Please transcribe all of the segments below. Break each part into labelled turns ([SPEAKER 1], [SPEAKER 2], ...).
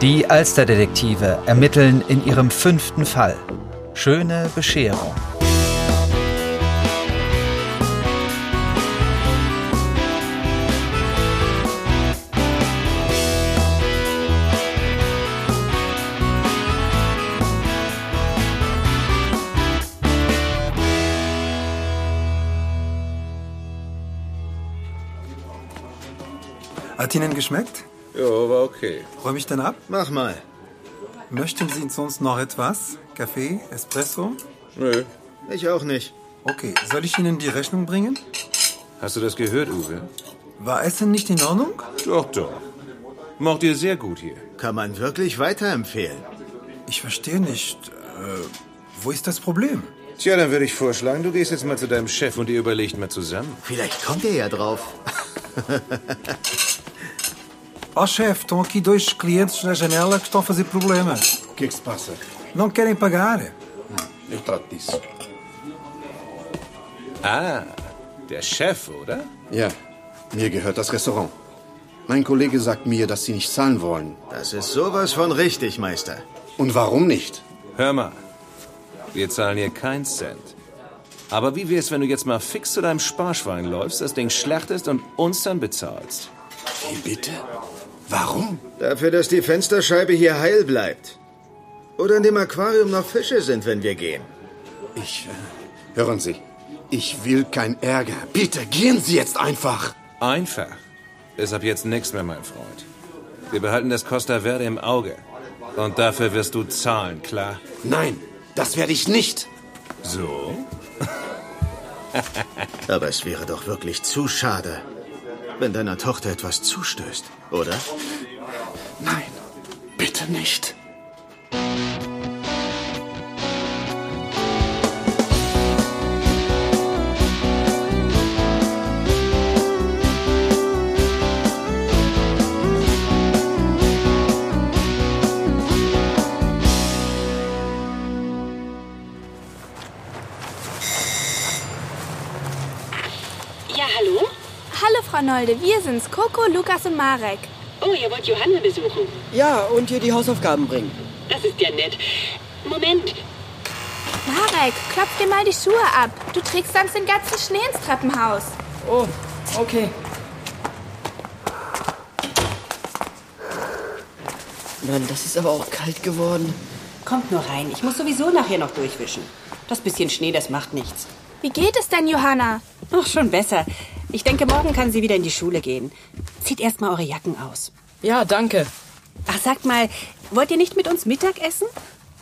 [SPEAKER 1] Die Alsterdetektive ermitteln in ihrem fünften Fall. Schöne Bescherung.
[SPEAKER 2] Hat Ihnen geschmeckt?
[SPEAKER 3] Jo, war okay.
[SPEAKER 2] Räume ich dann ab?
[SPEAKER 3] Mach mal.
[SPEAKER 2] Möchten Sie sonst noch etwas? Kaffee? Espresso?
[SPEAKER 3] Nö. Ich auch nicht.
[SPEAKER 2] Okay, soll ich Ihnen die Rechnung bringen?
[SPEAKER 3] Hast du das gehört, Uwe?
[SPEAKER 2] War Essen nicht in Ordnung?
[SPEAKER 3] Doch, doch. Mocht ihr sehr gut hier.
[SPEAKER 4] Kann man wirklich weiterempfehlen.
[SPEAKER 2] Ich verstehe nicht. Äh, wo ist das Problem?
[SPEAKER 3] Tja, dann würde ich vorschlagen, du gehst jetzt mal zu deinem Chef und ihr überlegt mal zusammen.
[SPEAKER 4] Vielleicht kommt er ja drauf.
[SPEAKER 2] Ó chefe, estão Oh, aqui dois clientes na janela que estão a fazer problema.
[SPEAKER 5] O que é que se passa?
[SPEAKER 2] Não querem pagar.
[SPEAKER 5] Eu trato disso.
[SPEAKER 3] Ah, der Chef, oder?
[SPEAKER 5] Ja, mir gehört das Restaurant. Mein Kollege sagt mir, dass Sie nicht zahlen wollen.
[SPEAKER 4] Das ist sowas von richtig, Meister.
[SPEAKER 5] Und warum nicht?
[SPEAKER 3] Hör mal. Wir zahlen hier keinen Cent. Aber wie wär's, wenn du jetzt mal fix zu deinem Sparschwein läufst, das Ding schlachtest und uns dann bezahlst?
[SPEAKER 5] Wie bitte? Warum?
[SPEAKER 4] Dafür, dass die Fensterscheibe hier heil bleibt. Oder in dem Aquarium noch Fische sind, wenn wir gehen.
[SPEAKER 5] Ich. Äh, hören Sie, ich will keinen Ärger. Bitte gehen Sie jetzt einfach.
[SPEAKER 3] Einfach. Ist ab jetzt nichts mehr, mein Freund. Wir behalten das Costa Verde im Auge. Und dafür wirst du zahlen, klar?
[SPEAKER 5] Nein, das werde ich nicht.
[SPEAKER 3] So?
[SPEAKER 4] Aber es wäre doch wirklich zu schade, wenn deiner Tochter etwas zustößt, oder?
[SPEAKER 5] Nein, bitte nicht.
[SPEAKER 6] Ja, hallo?
[SPEAKER 7] Hallo Frau Nolde, wir sind's, Coco, Lukas und Marek.
[SPEAKER 6] Oh, ihr wollt Johanna besuchen.
[SPEAKER 8] Ja, und hier die Hausaufgaben bringen.
[SPEAKER 6] Das ist ja nett. Moment,
[SPEAKER 7] Marek, klopf dir mal die Schuhe ab. Du trägst sonst den ganzen Schnee ins Treppenhaus.
[SPEAKER 8] Oh, okay. Mann, das ist aber auch kalt geworden.
[SPEAKER 9] Kommt nur rein. Ich muss sowieso nachher noch durchwischen. Das bisschen Schnee, das macht nichts.
[SPEAKER 7] Wie geht es denn, Johanna?
[SPEAKER 9] Ach, schon besser. Ich denke, morgen kann sie wieder in die Schule gehen. Zieht erst mal eure Jacken aus.
[SPEAKER 8] Ja, danke.
[SPEAKER 9] Ach, sagt mal, wollt ihr nicht mit uns Mittag essen?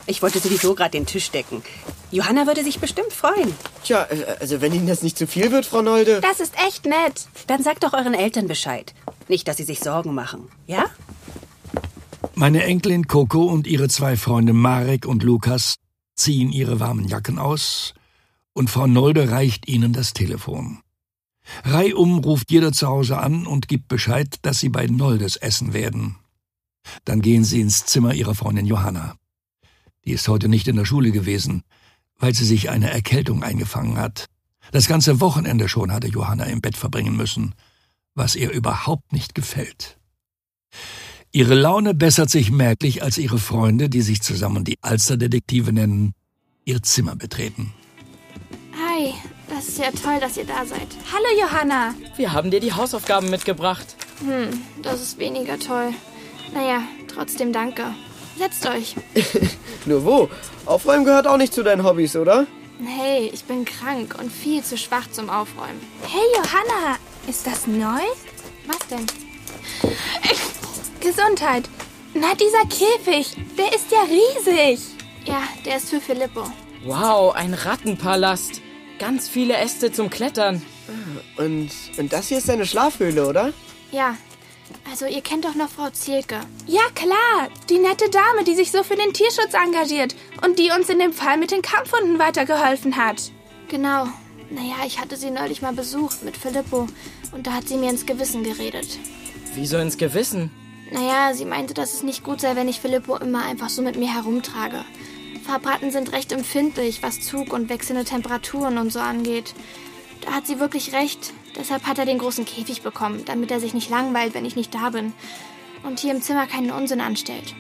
[SPEAKER 9] Ich wollte sowieso gerade den Tisch decken. Johanna würde sich bestimmt freuen.
[SPEAKER 8] Tja, äh, also wenn Ihnen das nicht zu viel wird, Frau Nolde.
[SPEAKER 7] Das ist echt nett.
[SPEAKER 9] Dann sagt doch euren Eltern Bescheid. Nicht, dass sie sich Sorgen machen. Ja?
[SPEAKER 10] Meine Enkelin Coco und ihre zwei Freunde Marek und Lukas ziehen ihre warmen Jacken aus und Frau Nolde reicht ihnen das Telefon. Reihum ruft jeder zu Hause an und gibt Bescheid, dass sie bei Noldes essen werden. Dann gehen sie ins Zimmer ihrer Freundin Johanna. Die ist heute nicht in der Schule gewesen, weil sie sich eine Erkältung eingefangen hat. Das ganze Wochenende schon hatte Johanna im Bett verbringen müssen, was ihr überhaupt nicht gefällt. Ihre Laune bessert sich merklich, als ihre Freunde, die sich zusammen die Alsterdetektive nennen, ihr Zimmer betreten.
[SPEAKER 7] Hi, das ist ja toll, dass ihr da seid. Hallo Johanna.
[SPEAKER 8] Wir haben dir die Hausaufgaben mitgebracht.
[SPEAKER 7] Hm, das ist weniger toll. Naja, trotzdem danke. Setzt euch.
[SPEAKER 8] Nur wo? Aufräumen gehört auch nicht zu deinen Hobbys, oder?
[SPEAKER 7] Hey, ich bin krank und viel zu schwach zum Aufräumen. Hey Johanna, ist das neu? Was denn? Gesundheit. Na, dieser Käfig, der ist ja riesig. Ja, der ist für Filippo.
[SPEAKER 8] Wow, ein Rattenpalast. Ganz viele Äste zum Klettern.
[SPEAKER 9] Äh,
[SPEAKER 8] Und, und das hier ist deine Schlafhöhle, oder?
[SPEAKER 7] Ja. Also, ihr kennt doch noch Frau Zielke. Ja, klar. Die nette Dame, die sich so für den Tierschutz engagiert und die uns in dem Fall mit den Kampfhunden weitergeholfen hat. Genau. Naja, ich hatte sie neulich mal besucht mit Filippo und da hat sie mir ins Gewissen geredet.
[SPEAKER 8] Wieso ins Gewissen?
[SPEAKER 7] Naja, sie meinte, dass es nicht gut sei, wenn ich Filippo immer einfach so mit mir herumtrage. Fahrbraten sind recht empfindlich, was Zug und wechselnde Temperaturen und so angeht. Da hat sie wirklich recht. Deshalb hat er den großen Käfig bekommen, damit er sich nicht langweilt, wenn ich nicht da bin. und hier im Zimmer keinen Unsinn anstellt.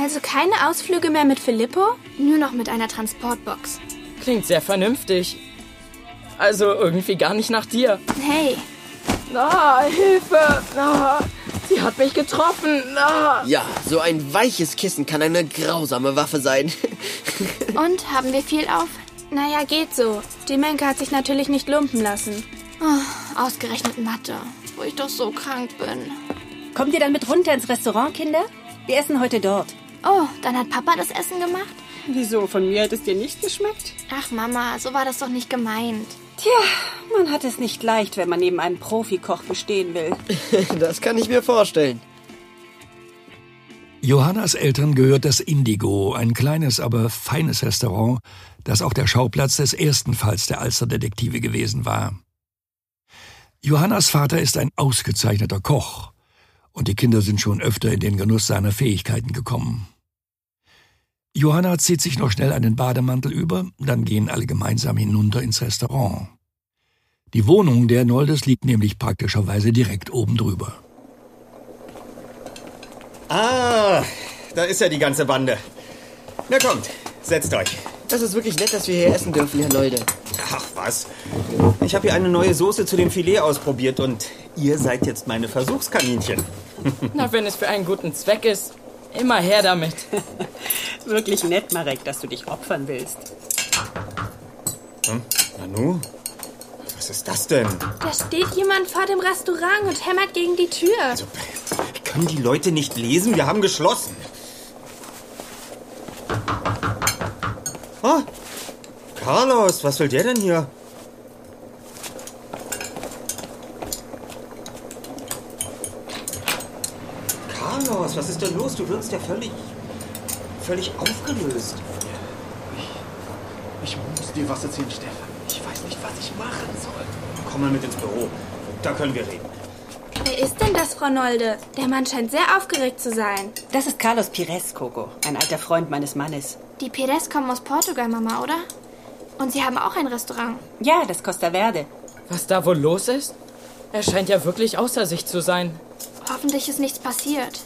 [SPEAKER 7] Also keine Ausflüge mehr mit Filippo, nur noch mit einer Transportbox.
[SPEAKER 8] Klingt sehr vernünftig. Also irgendwie gar nicht nach dir.
[SPEAKER 7] Hey. Oh,
[SPEAKER 8] Na, Hilfe! Na, sie hat mich getroffen!
[SPEAKER 7] Oh.
[SPEAKER 8] Na!
[SPEAKER 6] Ja, so ein weiches Kissen kann eine grausame Waffe sein.
[SPEAKER 7] Und haben wir viel auf? Naja, geht so. Die Menke hat sich natürlich nicht lumpen lassen. Oh, ausgerechnet Mathe, wo ich doch so krank bin.
[SPEAKER 9] Kommt ihr dann mit runter ins Restaurant, Kinder? Wir essen heute dort.
[SPEAKER 7] Oh, dann hat Papa das Essen gemacht?
[SPEAKER 9] Wieso? Von mir hat es dir nicht geschmeckt?
[SPEAKER 7] Ach Mama, so war das doch nicht gemeint.
[SPEAKER 9] Tja, man hat es nicht leicht, wenn man neben einem Profikoch bestehen will.
[SPEAKER 6] das kann ich mir vorstellen.
[SPEAKER 10] Johannas Eltern gehört das Indigo, ein kleines, aber feines Restaurant, das auch der Schauplatz des ersten Falls der Alsterdetektive gewesen war. Johannas Vater ist ein ausgezeichneter Koch, und die Kinder sind schon öfter in den Genuss seiner Fähigkeiten gekommen. Johanna zieht sich noch schnell einen Bademantel über, dann gehen alle gemeinsam hinunter ins Restaurant. Die Wohnung der Noldes liegt nämlich praktischerweise direkt oben drüber.
[SPEAKER 11] Ah, da ist ja die ganze Bande. Na kommt, setzt euch.
[SPEAKER 6] Das ist wirklich nett, dass wir hier essen dürfen, Herr Leute.
[SPEAKER 11] Ach was. Ich habe hier eine neue Soße zu dem Filet ausprobiert und ihr seid jetzt meine Versuchskaninchen. Hm,
[SPEAKER 8] Na, wenn es für einen guten Zweck ist, immer her damit.
[SPEAKER 9] Wirklich nett, Marek, dass du dich opfern willst.
[SPEAKER 11] Hm? Nanu? Was ist das denn?
[SPEAKER 7] Da steht jemand vor dem Restaurant und hämmert gegen die Tür.
[SPEAKER 11] Können die Leute nicht lesen? Wir haben geschlossen. Ah, Carlos, was will der denn hier? Carlos, was ist denn los? Du wirkst ja völlig, völlig aufgelöst.
[SPEAKER 3] Ich muss dir was erzählen, Stefan. Ich weiß nicht, was ich machen soll.
[SPEAKER 11] Komm mal mit ins Büro. Da können wir reden.
[SPEAKER 7] Wer ist denn das, Frau Nolde? Der Mann scheint sehr aufgeregt zu sein.
[SPEAKER 9] Das ist Carlos Pires, Coco, ein alter Freund meines Mannes.
[SPEAKER 7] Die Perez kommen aus Portugal, Mama, oder? Und sie haben auch ein Restaurant.
[SPEAKER 9] Ja, das Costa Verde.
[SPEAKER 8] Was da wohl los ist? Er scheint ja wirklich außer sich zu sein.
[SPEAKER 7] Hoffentlich ist nichts passiert.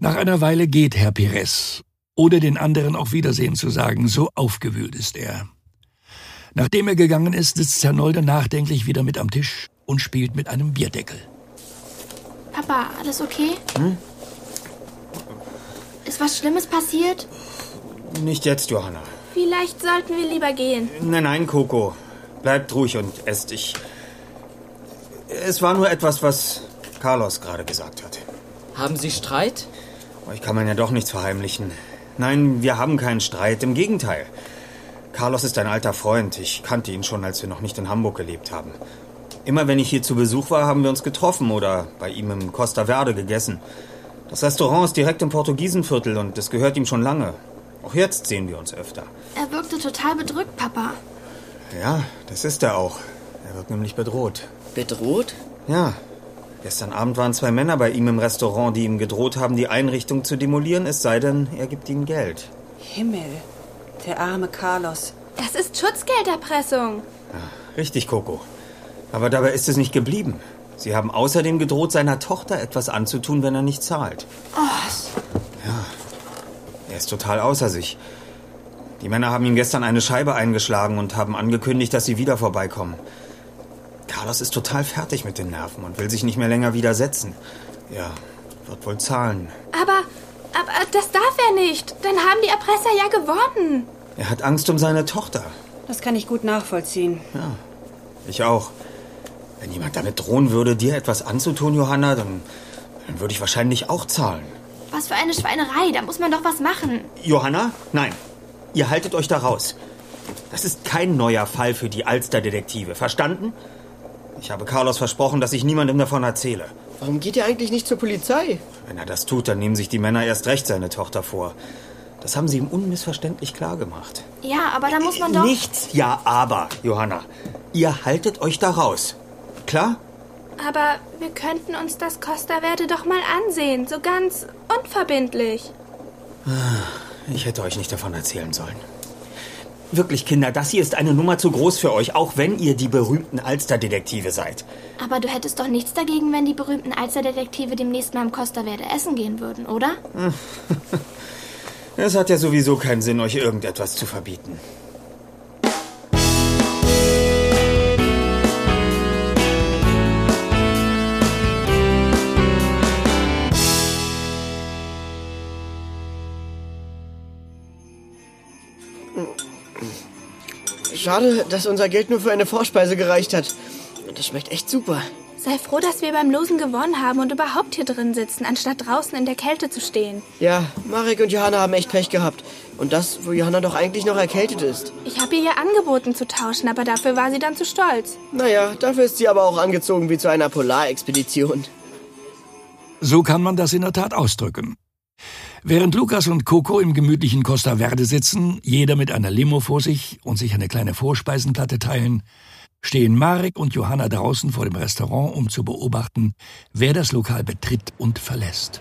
[SPEAKER 10] Nach einer Weile geht Herr Perez, ohne den anderen auf Wiedersehen zu sagen, so aufgewühlt ist er. Nachdem er gegangen ist, sitzt Herr Nolde nachdenklich wieder mit am Tisch und spielt mit einem Bierdeckel.
[SPEAKER 7] Papa, alles okay?
[SPEAKER 11] Hm?
[SPEAKER 7] Ist was Schlimmes passiert?
[SPEAKER 11] Nicht jetzt, Johanna.
[SPEAKER 7] Vielleicht sollten wir lieber gehen.
[SPEAKER 11] Nein, nein, Coco. Bleibt ruhig und esst dich. Es war nur etwas, was Carlos gerade gesagt hat.
[SPEAKER 8] Haben Sie Streit?
[SPEAKER 11] Euch kann man ja doch nichts verheimlichen. Nein, wir haben keinen Streit, im Gegenteil. Carlos ist ein alter Freund. Ich kannte ihn schon, als wir noch nicht in Hamburg gelebt haben. Immer wenn ich hier zu Besuch war, haben wir uns getroffen oder bei ihm im Costa Verde gegessen. Das Restaurant ist direkt im Portugiesenviertel und es gehört ihm schon lange. Auch jetzt sehen wir uns öfter.
[SPEAKER 7] Er wirkte total bedrückt, Papa.
[SPEAKER 11] Ja, das ist er auch. Er wird nämlich bedroht.
[SPEAKER 6] Bedroht?
[SPEAKER 11] Ja. Gestern Abend waren zwei Männer bei ihm im Restaurant, die ihm gedroht haben, die Einrichtung zu demolieren, es sei denn, er gibt ihnen Geld.
[SPEAKER 9] Himmel, der arme Carlos.
[SPEAKER 7] Das ist Schutzgelderpressung.
[SPEAKER 11] Richtig, Coco. Aber dabei ist es nicht geblieben. Sie haben außerdem gedroht, seiner Tochter etwas anzutun, wenn er nicht zahlt.
[SPEAKER 7] Oh,
[SPEAKER 11] Er ist total außer sich. Die Männer haben ihm gestern eine Scheibe eingeschlagen und haben angekündigt, dass sie wieder vorbeikommen. Carlos ist total fertig mit den Nerven und will sich nicht mehr länger widersetzen. Ja, wird wohl zahlen.
[SPEAKER 7] aber, aber das darf er nicht. Dann haben die Erpresser ja gewonnen.
[SPEAKER 11] Er hat Angst um seine Tochter.
[SPEAKER 9] Das kann ich gut nachvollziehen.
[SPEAKER 11] Ja. Ich auch. Wenn jemand damit drohen würde, dir etwas anzutun, Johanna, dann, dann würde ich wahrscheinlich auch zahlen.
[SPEAKER 7] Was für eine Schweinerei. Da muss man doch was machen.
[SPEAKER 11] Johanna? Nein. Ihr haltet euch da raus. Das ist kein neuer Fall für die Alster-Detektive. Verstanden? Ich habe Carlos versprochen, dass ich niemandem davon erzähle.
[SPEAKER 6] Warum geht ihr eigentlich nicht zur Polizei?
[SPEAKER 11] Wenn er das tut, dann nehmen sich die Männer erst recht seine Tochter vor. Das haben sie ihm unmissverständlich klargemacht.
[SPEAKER 7] Ja, aber da muss man doch.
[SPEAKER 11] Nichts, ja, aber, Johanna. Ihr haltet euch da raus. Klar?
[SPEAKER 7] Aber wir könnten uns das Costa Verde doch mal ansehen, so ganz unverbindlich.
[SPEAKER 11] Ich hätte euch nicht davon erzählen sollen. Wirklich, Kinder, das hier ist eine Nummer zu groß für euch, auch wenn ihr die berühmten Alsterdetektive seid.
[SPEAKER 7] Aber du hättest doch nichts dagegen, wenn die berühmten Alsterdetektive demnächst mal im Costa Verde essen gehen würden, oder?
[SPEAKER 11] Es hat ja sowieso keinen Sinn, euch irgendetwas zu verbieten.
[SPEAKER 8] Schade, dass unser Geld nur für eine Vorspeise gereicht hat. Das schmeckt echt super.
[SPEAKER 7] Sei froh, dass wir beim Losen gewonnen haben und überhaupt hier drin sitzen, anstatt draußen in der Kälte zu stehen.
[SPEAKER 8] Ja, Marek und Johanna haben echt Pech gehabt. Und das, wo Johanna doch eigentlich noch erkältet ist.
[SPEAKER 7] Ich habe ihr ja angeboten zu tauschen, aber dafür war sie dann zu stolz.
[SPEAKER 8] Naja, dafür ist sie aber auch angezogen wie zu einer Polarexpedition.
[SPEAKER 10] So kann man das in der Tat ausdrücken. Während Lukas und Coco im gemütlichen Costa Verde sitzen, jeder mit einer Limo vor sich und sich eine kleine Vorspeisenplatte teilen, stehen Marek und Johanna draußen vor dem Restaurant, um zu beobachten, wer das Lokal betritt und verlässt.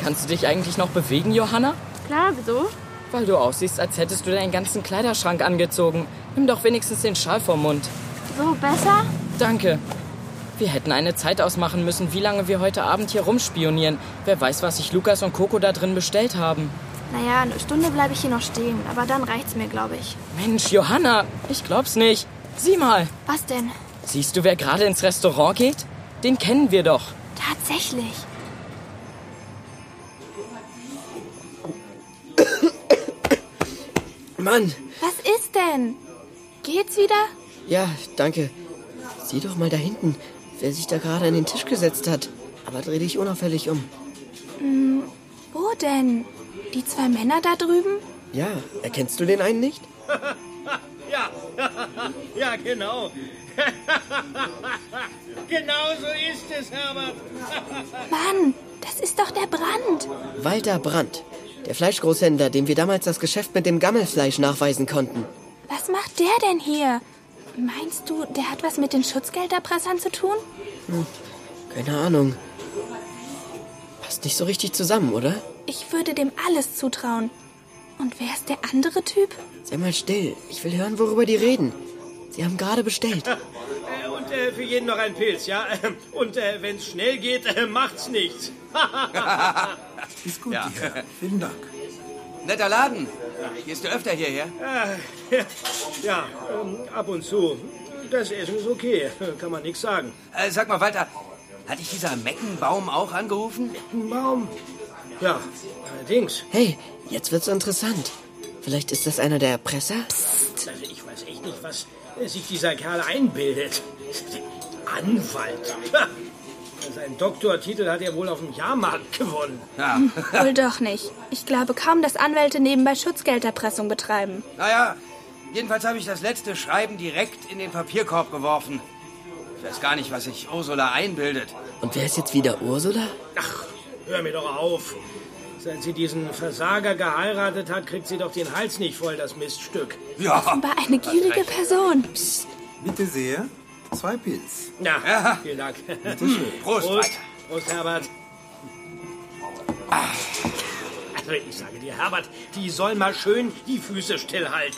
[SPEAKER 8] Kannst du dich eigentlich noch bewegen, Johanna?
[SPEAKER 12] Klar, wieso?
[SPEAKER 8] Weil du aussiehst, als hättest du deinen ganzen Kleiderschrank angezogen. Nimm doch wenigstens den Schal vom Mund.
[SPEAKER 12] So besser?
[SPEAKER 8] Danke. Wir hätten eine Zeit ausmachen müssen, wie lange wir heute Abend hier rumspionieren. Wer weiß, was sich Lukas und Coco da drin bestellt haben.
[SPEAKER 12] Naja, eine Stunde bleibe ich hier noch stehen, aber dann reicht's mir, glaube ich.
[SPEAKER 8] Mensch, Johanna, ich glaub's nicht. Sieh mal.
[SPEAKER 12] Was denn?
[SPEAKER 8] Siehst du, wer gerade ins Restaurant geht? Den kennen wir doch.
[SPEAKER 12] Tatsächlich.
[SPEAKER 8] Mann,
[SPEAKER 7] Was ist denn? Geht's wieder?
[SPEAKER 8] ja, danke. Sieh doch mal da hinten, wer sich da gerade an den Tisch gesetzt hat. Aber dreh dich unauffällig um.
[SPEAKER 7] Hm, wo denn? Die zwei Männer da drüben?
[SPEAKER 8] Ja, erkennst du den einen nicht?
[SPEAKER 4] ja, ja, genau. genau so ist es, Herbert.
[SPEAKER 7] Mann, das ist doch der Brand.
[SPEAKER 8] Walter Brandt, der Fleischgroßhändler, dem wir damals das Geschäft mit dem Gammelfleisch nachweisen konnten.
[SPEAKER 7] Was macht der denn hier? Meinst du, der hat was mit den Schutzgelderpressern zu tun?
[SPEAKER 8] Hm, keine Ahnung. Passt nicht so richtig zusammen, oder?
[SPEAKER 7] Ich würde dem alles zutrauen. Und wer ist der andere Typ?
[SPEAKER 8] Sei mal still. Ich will hören, worüber die reden. Sie haben gerade bestellt.
[SPEAKER 4] Äh, Und äh, für jeden noch ein Pilz, ja? Und äh, wenn's schnell geht, äh, macht's nichts.
[SPEAKER 2] Ist gut,
[SPEAKER 13] Ja.
[SPEAKER 2] ja. Vielen Dank.
[SPEAKER 13] Netter Laden. Gehst du öfter hierher?
[SPEAKER 4] Ah, ja, ähm, ab und zu. Das Essen ist okay, kann man nichts sagen.
[SPEAKER 13] Äh, sag mal, Walter, hat dich dieser Meckenbaum auch angerufen?
[SPEAKER 4] Meckenbaum? Ja, allerdings.
[SPEAKER 8] Hey, jetzt wird's interessant. Vielleicht ist das einer der Erpresser?
[SPEAKER 4] Also ich weiß echt nicht, was äh, sich dieser Kerl einbildet. Anwalt. Ha! Seinen Doktortitel hat er wohl auf dem Jahrmarkt gewonnen.
[SPEAKER 13] Ja.
[SPEAKER 7] Wohl doch nicht. Ich glaube kaum, dass Anwälte nebenbei Schutzgelderpressung betreiben.
[SPEAKER 13] Naja, jedenfalls habe ich das letzte Schreiben direkt in den Papierkorb geworfen. Ich weiß gar nicht, was sich Ursula einbildet.
[SPEAKER 8] Und wer ist jetzt wieder Ursula?
[SPEAKER 4] Hör mir doch auf. Seit sie diesen Versager geheiratet hat, kriegt sie doch den Hals nicht voll, das Miststück.
[SPEAKER 13] Ja.
[SPEAKER 7] Offenbar eine gierige Person. Psst.
[SPEAKER 2] Bitte sehr, zwei Pilz.
[SPEAKER 4] Na, vielen Dank.
[SPEAKER 2] schön.
[SPEAKER 4] Prost,
[SPEAKER 2] Prost,
[SPEAKER 4] Prost,
[SPEAKER 2] Walter.
[SPEAKER 4] Herbert. Also ich sage dir, Herbert, die soll mal schön die Füße stillhalten.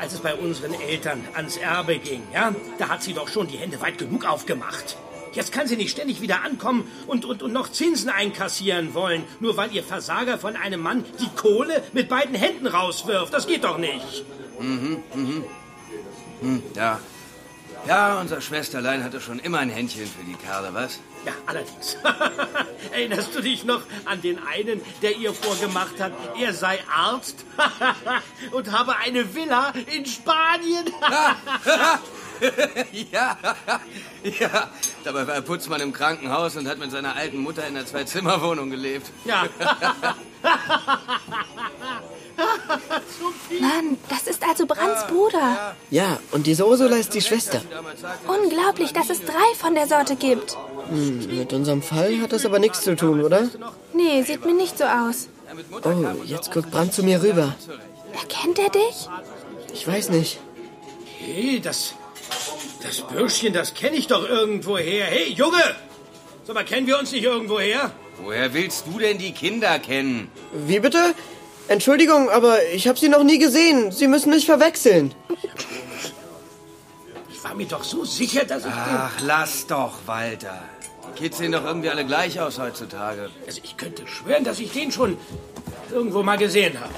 [SPEAKER 4] Als es bei unseren Eltern ans Erbe ging, ja, da hat sie doch schon die Hände weit genug aufgemacht. Jetzt kann sie nicht ständig wieder ankommen und, und, und noch Zinsen einkassieren wollen, nur weil ihr Versager von einem Mann die Kohle mit beiden Händen rauswirft. Das geht doch nicht.
[SPEAKER 13] Mhm, mhm. Hm, ja. Ja, unser Schwesterlein hatte schon immer ein Händchen für die Kerle, was?
[SPEAKER 4] Ja, allerdings. Erinnerst du dich noch an den einen, der ihr vorgemacht hat, er sei Arzt und habe eine Villa in Spanien?
[SPEAKER 13] ja, ja. Dabei war er Putzmann im Krankenhaus und hat mit seiner alten Mutter in einer Zwei-Zimmer-Wohnung gelebt.
[SPEAKER 4] Ja.
[SPEAKER 7] Mann, das ist also Brands Bruder.
[SPEAKER 8] Ja, und diese Ursula ist die Schwester.
[SPEAKER 7] Unglaublich, dass es drei von der Sorte gibt.
[SPEAKER 8] Hm, mit unserem Fall hat das aber nichts zu tun, oder?
[SPEAKER 7] Nee, sieht mir nicht so aus.
[SPEAKER 8] Oh, jetzt guckt Brand zu mir rüber.
[SPEAKER 7] Erkennt er dich?
[SPEAKER 8] Ich weiß nicht.
[SPEAKER 4] Hey, das, Das Bürschchen, das kenne ich doch irgendwoher. Hey, Junge! Sag mal, kennen wir uns nicht irgendwoher?
[SPEAKER 13] Woher willst du denn die Kinder kennen?
[SPEAKER 8] Wie bitte? Entschuldigung, aber ich habe Sie noch nie gesehen. Sie müssen mich verwechseln.
[SPEAKER 4] Ich war mir doch so sicher, dass ich
[SPEAKER 13] Ach, lass doch, Walter. Die Kids sehen doch irgendwie alle gleich aus heutzutage.
[SPEAKER 4] Also ich könnte schwören, dass ich den schon irgendwo mal gesehen habe.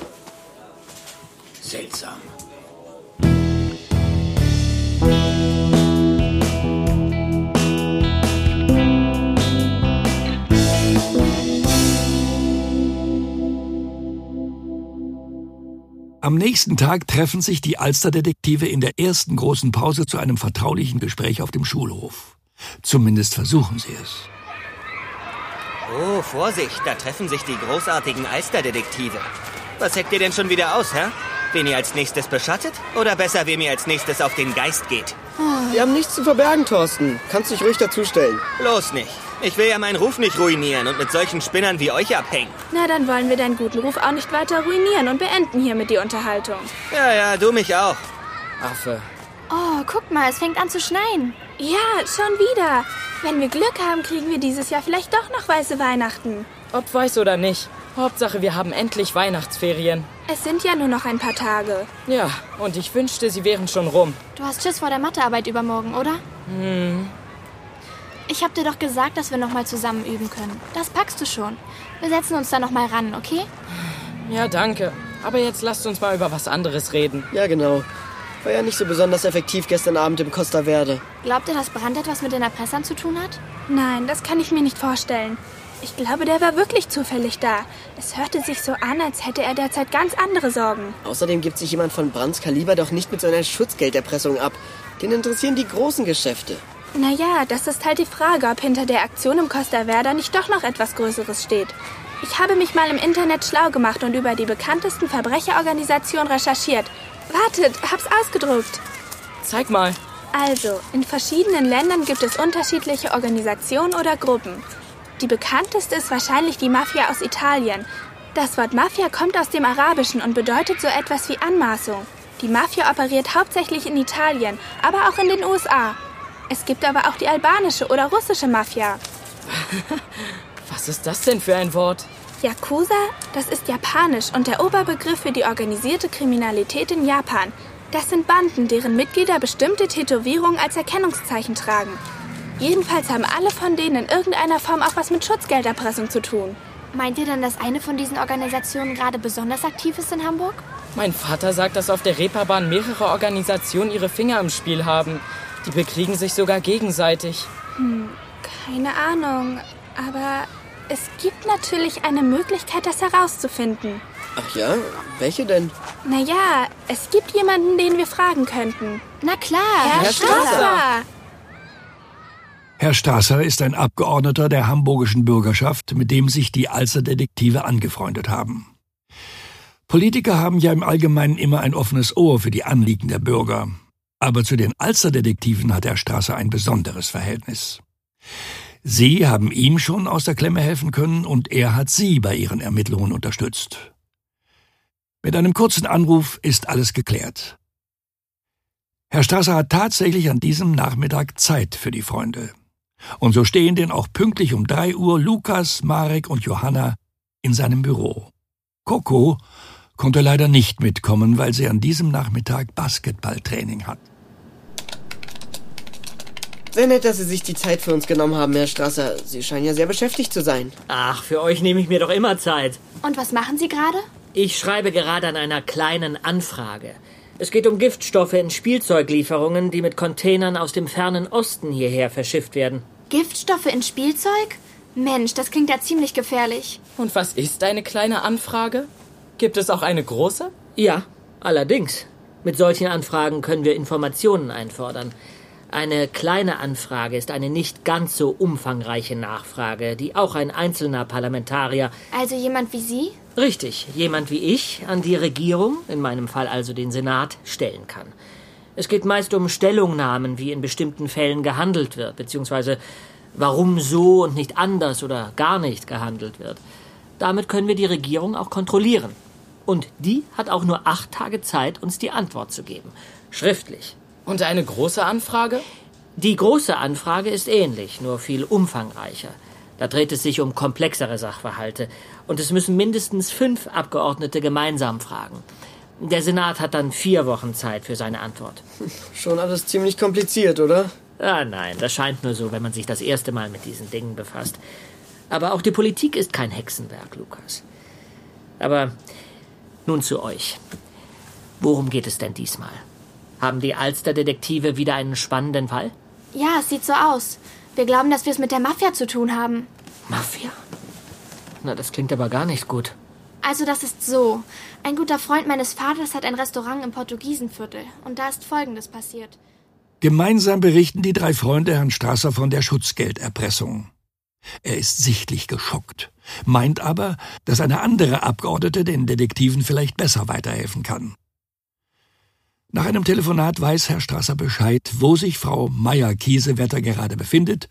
[SPEAKER 4] Seltsam.
[SPEAKER 10] Am nächsten Tag treffen sich die Alsterdetektive in der ersten großen Pause zu einem vertraulichen Gespräch auf dem Schulhof. Zumindest versuchen sie es.
[SPEAKER 1] Oh, Vorsicht, da treffen sich die großartigen Alsterdetektive. Was heckt ihr denn schon wieder aus, hä? Wen ihr als nächstes beschattet? Oder besser, wem ihr als nächstes auf den Geist geht?
[SPEAKER 8] Wir haben nichts zu verbergen, Thorsten. Kannst dich ruhig dazustellen.
[SPEAKER 1] Bloß nicht. Ich will ja meinen Ruf nicht ruinieren und mit solchen Spinnern wie euch abhängen.
[SPEAKER 7] Na, dann wollen wir deinen guten Ruf auch nicht weiter ruinieren und beenden hiermit die Unterhaltung.
[SPEAKER 1] Ja, ja, du mich auch.
[SPEAKER 8] Affe.
[SPEAKER 7] Oh, guck mal, es fängt an zu schneien. Ja, schon wieder. Wenn wir Glück haben, kriegen wir dieses Jahr vielleicht doch noch weiße Weihnachten.
[SPEAKER 8] Ob weiß oder nicht.
[SPEAKER 7] Hauptsache,
[SPEAKER 8] wir haben endlich Weihnachtsferien.
[SPEAKER 7] Es sind ja nur noch ein paar Tage.
[SPEAKER 8] Ja, und ich wünschte, sie wären schon rum.
[SPEAKER 12] Du hast Schiss vor der Mathearbeit übermorgen, oder?
[SPEAKER 8] Hm.
[SPEAKER 12] Ich hab dir doch gesagt, dass wir nochmal zusammen üben können. Das packst du schon. Wir setzen uns da nochmal ran, okay?
[SPEAKER 8] Ja, danke. Aber jetzt lasst uns mal über was anderes reden. Ja, genau. War ja nicht so besonders effektiv gestern Abend im Costa Verde.
[SPEAKER 12] Glaubt ihr, dass Brand etwas mit den Erpressern zu tun hat?
[SPEAKER 7] Nein, das kann ich mir nicht vorstellen. Ich glaube, der war wirklich zufällig da. Es hörte sich so an, als hätte er derzeit ganz andere Sorgen.
[SPEAKER 8] Außerdem gibt sich jemand von Brands Kaliber doch nicht mit so einer Schutzgelderpressung ab. Den interessieren die großen Geschäfte.
[SPEAKER 7] Naja, das ist halt die Frage, ob hinter der Aktion im Costa Verde nicht doch noch etwas Größeres steht. Ich habe mich mal im Internet schlau gemacht und über die bekanntesten Verbrecherorganisationen recherchiert. Wartet, hab's ausgedruckt.
[SPEAKER 8] Zeig mal.
[SPEAKER 7] Also, in verschiedenen Ländern gibt es unterschiedliche Organisationen oder Gruppen. Die bekannteste ist wahrscheinlich die Mafia aus Italien. Das Wort Mafia kommt aus dem Arabischen und bedeutet so etwas wie Anmaßung. Die Mafia operiert hauptsächlich in Italien, aber auch in den USA. Es gibt aber auch die albanische oder russische Mafia.
[SPEAKER 8] Was ist das denn für ein Wort?
[SPEAKER 7] Yakuza, das ist japanisch und der Oberbegriff für die organisierte Kriminalität in Japan. Das sind Banden, deren Mitglieder bestimmte Tätowierungen als Erkennungszeichen tragen. Jedenfalls haben alle von denen in irgendeiner Form auch was mit Schutzgelderpressung zu tun.
[SPEAKER 12] Meint ihr denn, dass eine von diesen Organisationen gerade besonders aktiv ist in Hamburg?
[SPEAKER 8] Mein Vater sagt, dass auf der Reeperbahn mehrere Organisationen ihre Finger im Spiel haben. Die bekriegen sich sogar gegenseitig.
[SPEAKER 7] Hm, keine Ahnung. Aber es gibt natürlich eine Möglichkeit, das herauszufinden.
[SPEAKER 8] Ach ja? Welche denn?
[SPEAKER 7] Naja, es gibt jemanden, den wir fragen könnten.
[SPEAKER 12] Na klar,
[SPEAKER 7] Herr,
[SPEAKER 12] Herr
[SPEAKER 7] Strasser.
[SPEAKER 12] Strasser.
[SPEAKER 10] Herr Strasser ist ein Abgeordneter der hamburgischen Bürgerschaft, mit dem sich die Alzer Detektive angefreundet haben. Politiker haben ja im Allgemeinen immer ein offenes Ohr für die Anliegen der Bürger. Aber zu den Alsterdetektiven hat Herr Strasser ein besonderes Verhältnis. Sie haben ihm schon aus der Klemme helfen können und er hat Sie bei Ihren Ermittlungen unterstützt. Mit einem kurzen Anruf ist alles geklärt. Herr Strasser hat tatsächlich an diesem Nachmittag Zeit für die Freunde. Und so stehen denn auch pünktlich um drei Uhr Lukas, Marek und Johanna in seinem Büro. Coco konnte leider nicht mitkommen, weil sie an diesem Nachmittag Basketballtraining hat.
[SPEAKER 8] Sehr nett, dass Sie sich die Zeit für uns genommen haben, Herr Strasser. Sie scheinen ja sehr beschäftigt zu sein.
[SPEAKER 14] Ach, für euch nehme ich mir doch immer Zeit.
[SPEAKER 12] Und was machen Sie gerade?
[SPEAKER 14] Ich schreibe gerade an einer kleinen Anfrage. Es geht um Giftstoffe in Spielzeuglieferungen, die mit Containern aus dem fernen Osten hierher verschifft werden.
[SPEAKER 12] Giftstoffe in Spielzeug? Mensch, das klingt ja ziemlich gefährlich.
[SPEAKER 8] Und was ist eine kleine Anfrage? Gibt es auch eine große?
[SPEAKER 14] Ja, allerdings. Mit solchen Anfragen können wir Informationen einfordern. Eine kleine Anfrage ist eine nicht ganz so umfangreiche Nachfrage, die auch ein einzelner Parlamentarier,
[SPEAKER 12] Also jemand wie Sie?
[SPEAKER 14] richtig, jemand wie ich, an die Regierung, in meinem Fall also den Senat, stellen kann. Es geht meist um Stellungnahmen, wie in bestimmten Fällen gehandelt wird, beziehungsweise warum so und nicht anders oder gar nicht gehandelt wird. Damit können wir die Regierung auch kontrollieren. Und die hat auch nur acht Tage Zeit, uns die Antwort zu geben. Schriftlich. Und eine große Anfrage? Die große Anfrage ist ähnlich, nur viel umfangreicher. Da dreht es sich um komplexere Sachverhalte. Und es müssen mindestens fünf Abgeordnete gemeinsam fragen. Der Senat hat dann vier Wochen Zeit für seine Antwort.
[SPEAKER 8] Schon alles ziemlich kompliziert, oder?
[SPEAKER 14] Ah, nein, das scheint nur so, wenn man sich das erste Mal mit diesen Dingen befasst. Aber auch die Politik ist kein Hexenwerk, Lukas. Aber nun zu euch. Worum geht es denn diesmal? Haben die Alster-Detektive wieder einen spannenden Fall?
[SPEAKER 7] Ja, es sieht so aus. Wir glauben, dass wir es mit der Mafia zu tun haben.
[SPEAKER 14] Mafia? Na, das klingt aber gar nicht gut.
[SPEAKER 7] Also das ist so. Ein guter Freund meines Vaters hat ein Restaurant im Portugiesenviertel. Und da ist Folgendes passiert.
[SPEAKER 10] Gemeinsam berichten die drei Freunde Herrn Strasser von der Schutzgelderpressung. Er ist sichtlich geschockt, meint aber, dass eine andere Abgeordnete den Detektiven vielleicht besser weiterhelfen kann. Nach einem Telefonat weiß Herr Strasser Bescheid, wo sich Frau Meier-Kiesewetter gerade befindet,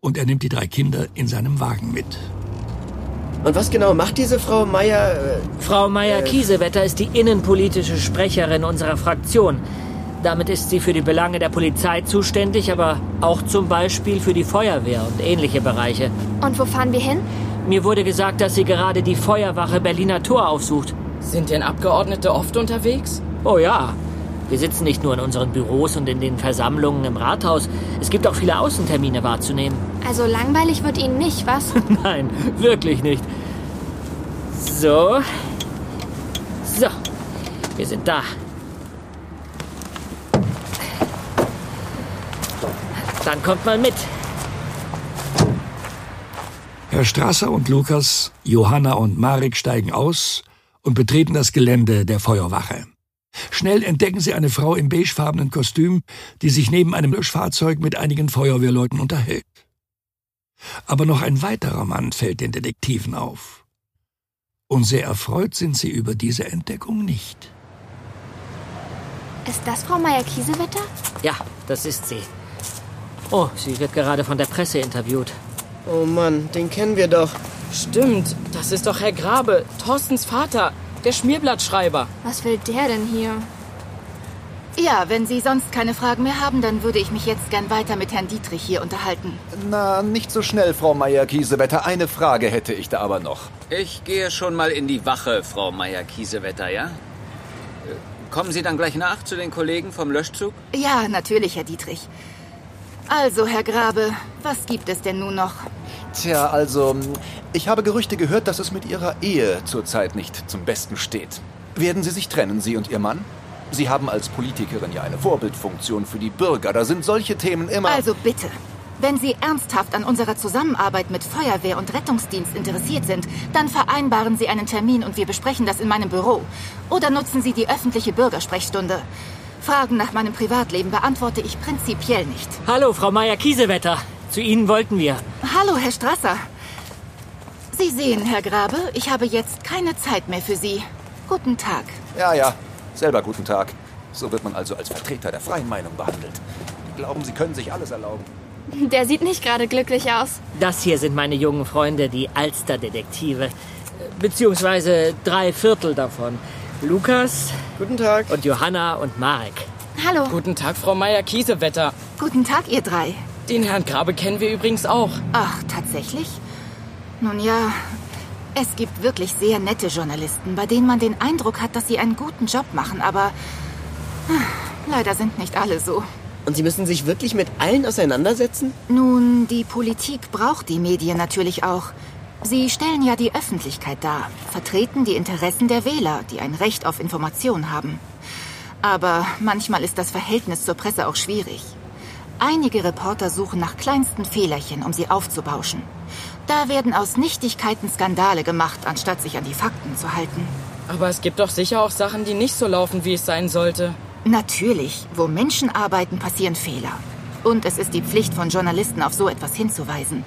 [SPEAKER 10] und er nimmt die drei Kinder in seinem Wagen mit.
[SPEAKER 8] Und was genau macht diese Frau äh, Meier?
[SPEAKER 14] Frau Meier-Kiesewetter ist die innenpolitische Sprecherin unserer Fraktion. Damit ist sie für die Belange der Polizei zuständig, aber auch zum Beispiel für die Feuerwehr und ähnliche Bereiche.
[SPEAKER 7] Und wo fahren wir hin?
[SPEAKER 14] Mir wurde gesagt, dass sie gerade die Feuerwache Berliner Tor aufsucht.
[SPEAKER 8] Sind denn Abgeordnete oft unterwegs?
[SPEAKER 14] Oh ja. Wir sitzen nicht nur in unseren Büros und in den Versammlungen im Rathaus. Es gibt auch viele Außentermine wahrzunehmen.
[SPEAKER 7] Also langweilig wird Ihnen nicht, was?
[SPEAKER 14] Nein, wirklich nicht. So. So. Wir sind da. Dann kommt mal mit.
[SPEAKER 10] Herr Strasser und Lukas, Johanna und Marek steigen aus und betreten das Gelände der Feuerwache. Schnell entdecken sie eine Frau im beigefarbenen Kostüm, die sich neben einem Löschfahrzeug mit einigen Feuerwehrleuten unterhält. Aber noch ein weiterer Mann fällt den Detektiven auf. Und sehr erfreut sind sie über diese Entdeckung nicht.
[SPEAKER 7] Ist das Frau Meier-Kiesewetter?
[SPEAKER 14] Ja, das ist sie. Oh, sie wird gerade von der Presse interviewt.
[SPEAKER 8] Oh Mann, den kennen wir doch. Stimmt, das ist doch Herr Grabe, Thorstens Vater, der Schmierblattschreiber.
[SPEAKER 7] Was will der denn hier?
[SPEAKER 15] Ja, wenn Sie sonst keine Fragen mehr haben, dann würde ich mich jetzt gern weiter mit Herrn Dietrich hier unterhalten.
[SPEAKER 3] Na, nicht so schnell, Frau Meier-Kiesewetter. Eine Frage hätte ich da aber noch.
[SPEAKER 4] Ich gehe schon mal in die Wache, Frau Meier-Kiesewetter, ja? Äh, Kommen Sie dann gleich nach zu den Kollegen vom Löschzug?
[SPEAKER 15] Ja, natürlich, Herr Dietrich. Also, Herr Grabe, was gibt es denn nun noch?
[SPEAKER 3] Tja, also, ich habe Gerüchte gehört, dass es mit Ihrer Ehe zurzeit nicht zum Besten steht. Werden Sie sich trennen, Sie und Ihr Mann? Sie haben als Politikerin ja eine Vorbildfunktion für die Bürger. Da sind solche Themen immer.
[SPEAKER 15] Also bitte, wenn Sie ernsthaft an unserer Zusammenarbeit mit Feuerwehr und Rettungsdienst interessiert sind, dann vereinbaren Sie einen Termin und wir besprechen das in meinem Büro. Oder nutzen Sie die öffentliche Bürgersprechstunde. Fragen nach meinem Privatleben beantworte ich prinzipiell nicht.
[SPEAKER 14] Hallo, Frau Meier-Kiesewetter. Zu Ihnen wollten wir.
[SPEAKER 15] Hallo, Herr Strasser. Sie sehen, Herr Grabe, ich habe jetzt keine Zeit mehr für Sie. Guten Tag.
[SPEAKER 3] Ja, ja, selber guten Tag. So wird man also als Vertreter der freien Meinung behandelt. Die glauben, sie können sich alles erlauben.
[SPEAKER 7] Der sieht nicht gerade glücklich aus.
[SPEAKER 14] Das hier sind meine jungen Freunde, die Alster-Detektive. Beziehungsweise drei Viertel davon. Lukas.
[SPEAKER 8] Guten Tag.
[SPEAKER 14] Und Johanna und Marek.
[SPEAKER 7] Hallo.
[SPEAKER 8] Guten Tag, Frau Meier-Kiesewetter.
[SPEAKER 15] Guten Tag, ihr drei.
[SPEAKER 8] Den Herrn Grabe kennen wir übrigens auch.
[SPEAKER 15] Ach, tatsächlich? Nun ja, es gibt wirklich sehr nette Journalisten, bei denen man den Eindruck hat, dass sie einen guten Job machen, aber hm, leider sind nicht alle so.
[SPEAKER 8] Und Sie müssen sich wirklich mit allen auseinandersetzen?
[SPEAKER 15] Nun, die Politik braucht die Medien natürlich auch. Sie stellen ja die Öffentlichkeit dar, vertreten die Interessen der Wähler, die ein Recht auf Information haben. Aber manchmal ist das Verhältnis zur Presse auch schwierig. Einige Reporter suchen nach kleinsten Fehlerchen, um sie aufzubauschen. Da werden aus Nichtigkeiten Skandale gemacht, anstatt sich an die Fakten zu halten.
[SPEAKER 8] Aber es gibt doch sicher auch Sachen, die nicht so laufen, wie es sein sollte.
[SPEAKER 15] Natürlich, wo Menschen arbeiten, passieren Fehler. Und es ist die Pflicht von Journalisten, auf so etwas hinzuweisen.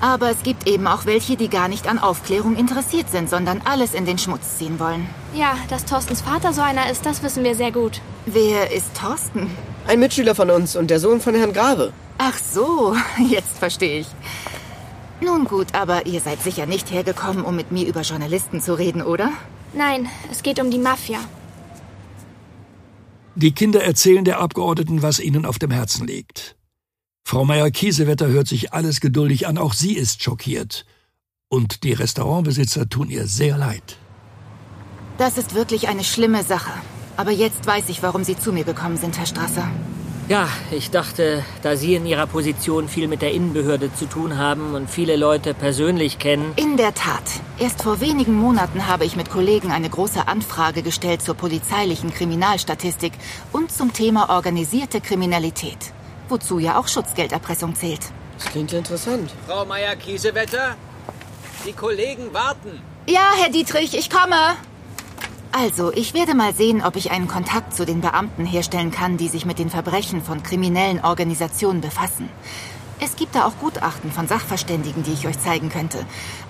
[SPEAKER 15] Aber es gibt eben auch welche, die gar nicht an Aufklärung interessiert sind, sondern alles in den Schmutz ziehen wollen.
[SPEAKER 7] Ja, dass Thorstens Vater so einer ist, das wissen wir sehr gut.
[SPEAKER 15] Wer ist Thorsten?
[SPEAKER 8] Ein Mitschüler von uns und der Sohn von Herrn Grave.
[SPEAKER 15] Ach so, jetzt verstehe ich. Nun gut, aber ihr seid sicher nicht hergekommen, um mit mir über Journalisten zu reden, oder?
[SPEAKER 7] Nein, es geht um die Mafia.
[SPEAKER 10] Die Kinder erzählen der Abgeordneten, was ihnen auf dem Herzen liegt. Frau Meier-Kiesewetter hört sich alles geduldig an, auch sie ist schockiert. Und die Restaurantbesitzer tun ihr sehr leid.
[SPEAKER 15] Das ist wirklich eine schlimme Sache. Aber jetzt weiß ich, warum Sie zu mir gekommen sind, Herr Strasser.
[SPEAKER 14] Ja, ich dachte, da Sie in Ihrer Position viel mit der Innenbehörde zu tun haben und viele Leute persönlich kennen.
[SPEAKER 15] In der Tat. Erst vor wenigen Monaten habe ich mit Kollegen eine große Anfrage gestellt zur polizeilichen Kriminalstatistik und zum Thema organisierte Kriminalität, wozu ja auch Schutzgelderpressung zählt.
[SPEAKER 8] Das klingt ja interessant.
[SPEAKER 16] Frau Meier-Kiesewetter, die Kollegen warten.
[SPEAKER 15] Ja, Herr Dietrich, ich komme. Also, ich werde mal sehen, ob ich einen Kontakt zu den Beamten herstellen kann, die sich mit den Verbrechen von kriminellen Organisationen befassen. Es gibt da auch Gutachten von Sachverständigen, die ich euch zeigen könnte.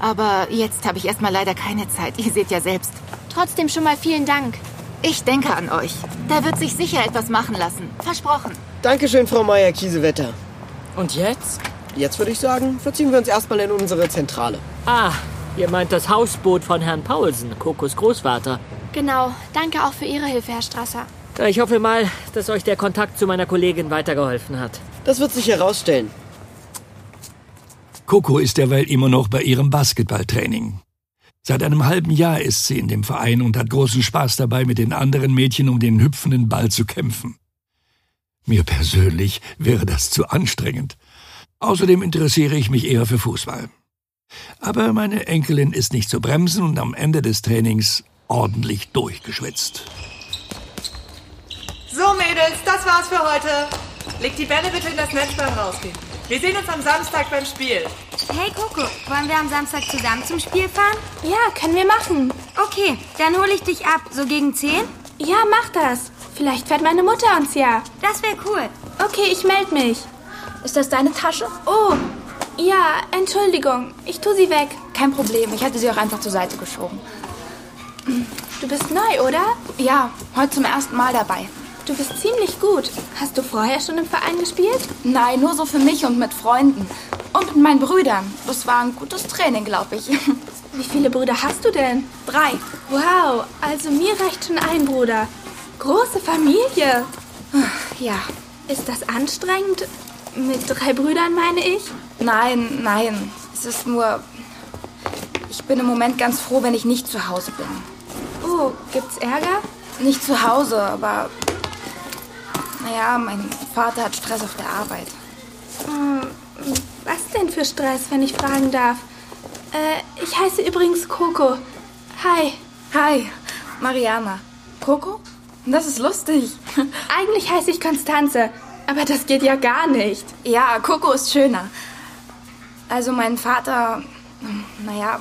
[SPEAKER 15] Aber jetzt habe ich erstmal leider keine Zeit. Ihr seht ja selbst.
[SPEAKER 12] Trotzdem schon mal vielen Dank.
[SPEAKER 15] Ich denke an euch. Da wird sich sicher etwas machen lassen. Versprochen.
[SPEAKER 8] Dankeschön, Frau Meier Kiesewetter. Und jetzt? Jetzt würde ich sagen, verziehen wir uns erstmal in unsere Zentrale.
[SPEAKER 14] Ah, ihr meint das Hausboot von Herrn Paulsen, Kokos Großvater.
[SPEAKER 12] Genau. Danke auch für Ihre Hilfe, Herr Strasser.
[SPEAKER 14] Ja, Ich hoffe mal, dass euch der Kontakt zu meiner Kollegin weitergeholfen hat.
[SPEAKER 8] Das wird sich herausstellen.
[SPEAKER 10] Coco ist derweil immer noch bei ihrem Basketballtraining. Seit einem halben Jahr ist sie in dem Verein und hat großen Spaß dabei, mit den anderen Mädchen um den hüpfenden Ball zu kämpfen. Mir persönlich wäre das zu anstrengend. Außerdem interessiere ich mich eher für Fußball. Aber meine Enkelin ist nicht zu bremsen und am Ende des Trainings ordentlich durchgeschwitzt.
[SPEAKER 17] So, Mädels, das war's für heute. Legt die Bälle bitte in das Netz beim Rausgehen. Wir sehen uns am Samstag beim Spiel.
[SPEAKER 12] Hey Coco, wollen wir am Samstag zusammen zum Spiel fahren? Ja, können wir machen. Okay, dann hole ich dich ab. So gegen 10?
[SPEAKER 7] Ja, mach das. Vielleicht fährt meine Mutter uns ja.
[SPEAKER 12] Das wäre cool.
[SPEAKER 7] Okay, ich melde mich. Ist das deine Tasche? Oh, ja, Entschuldigung. Ich tue sie weg.
[SPEAKER 18] Kein Problem, ich hatte sie auch einfach zur Seite geschoben.
[SPEAKER 7] Du bist neu, oder?
[SPEAKER 18] Ja, heute zum ersten Mal dabei.
[SPEAKER 7] Du bist ziemlich gut. Hast du vorher schon im Verein gespielt?
[SPEAKER 18] Nein, nur so für mich und mit Freunden. Und mit meinen Brüdern. Das war ein gutes Training, glaube ich.
[SPEAKER 7] Wie viele Brüder hast du denn?
[SPEAKER 18] Drei.
[SPEAKER 7] Wow, also mir reicht schon ein Bruder. Große Familie.
[SPEAKER 18] Ja.
[SPEAKER 7] Ist das anstrengend? Mit drei Brüdern meine ich?
[SPEAKER 18] Nein, nein. Es ist nur. Ich bin im Moment ganz froh, wenn ich nicht zu Hause bin.
[SPEAKER 7] Oh, gibt's Ärger?
[SPEAKER 18] Nicht zu Hause, aber. Naja, mein Vater hat Stress auf der Arbeit.
[SPEAKER 7] Hm, Was denn für Stress, wenn ich fragen darf? Äh, ich heiße übrigens Coco. Hi.
[SPEAKER 18] Hi, Mariana. Coco? Das ist lustig.
[SPEAKER 7] Eigentlich heiße ich Konstanze, aber das geht ja gar nicht.
[SPEAKER 18] Ja, Coco ist schöner. Also mein Vater, naja,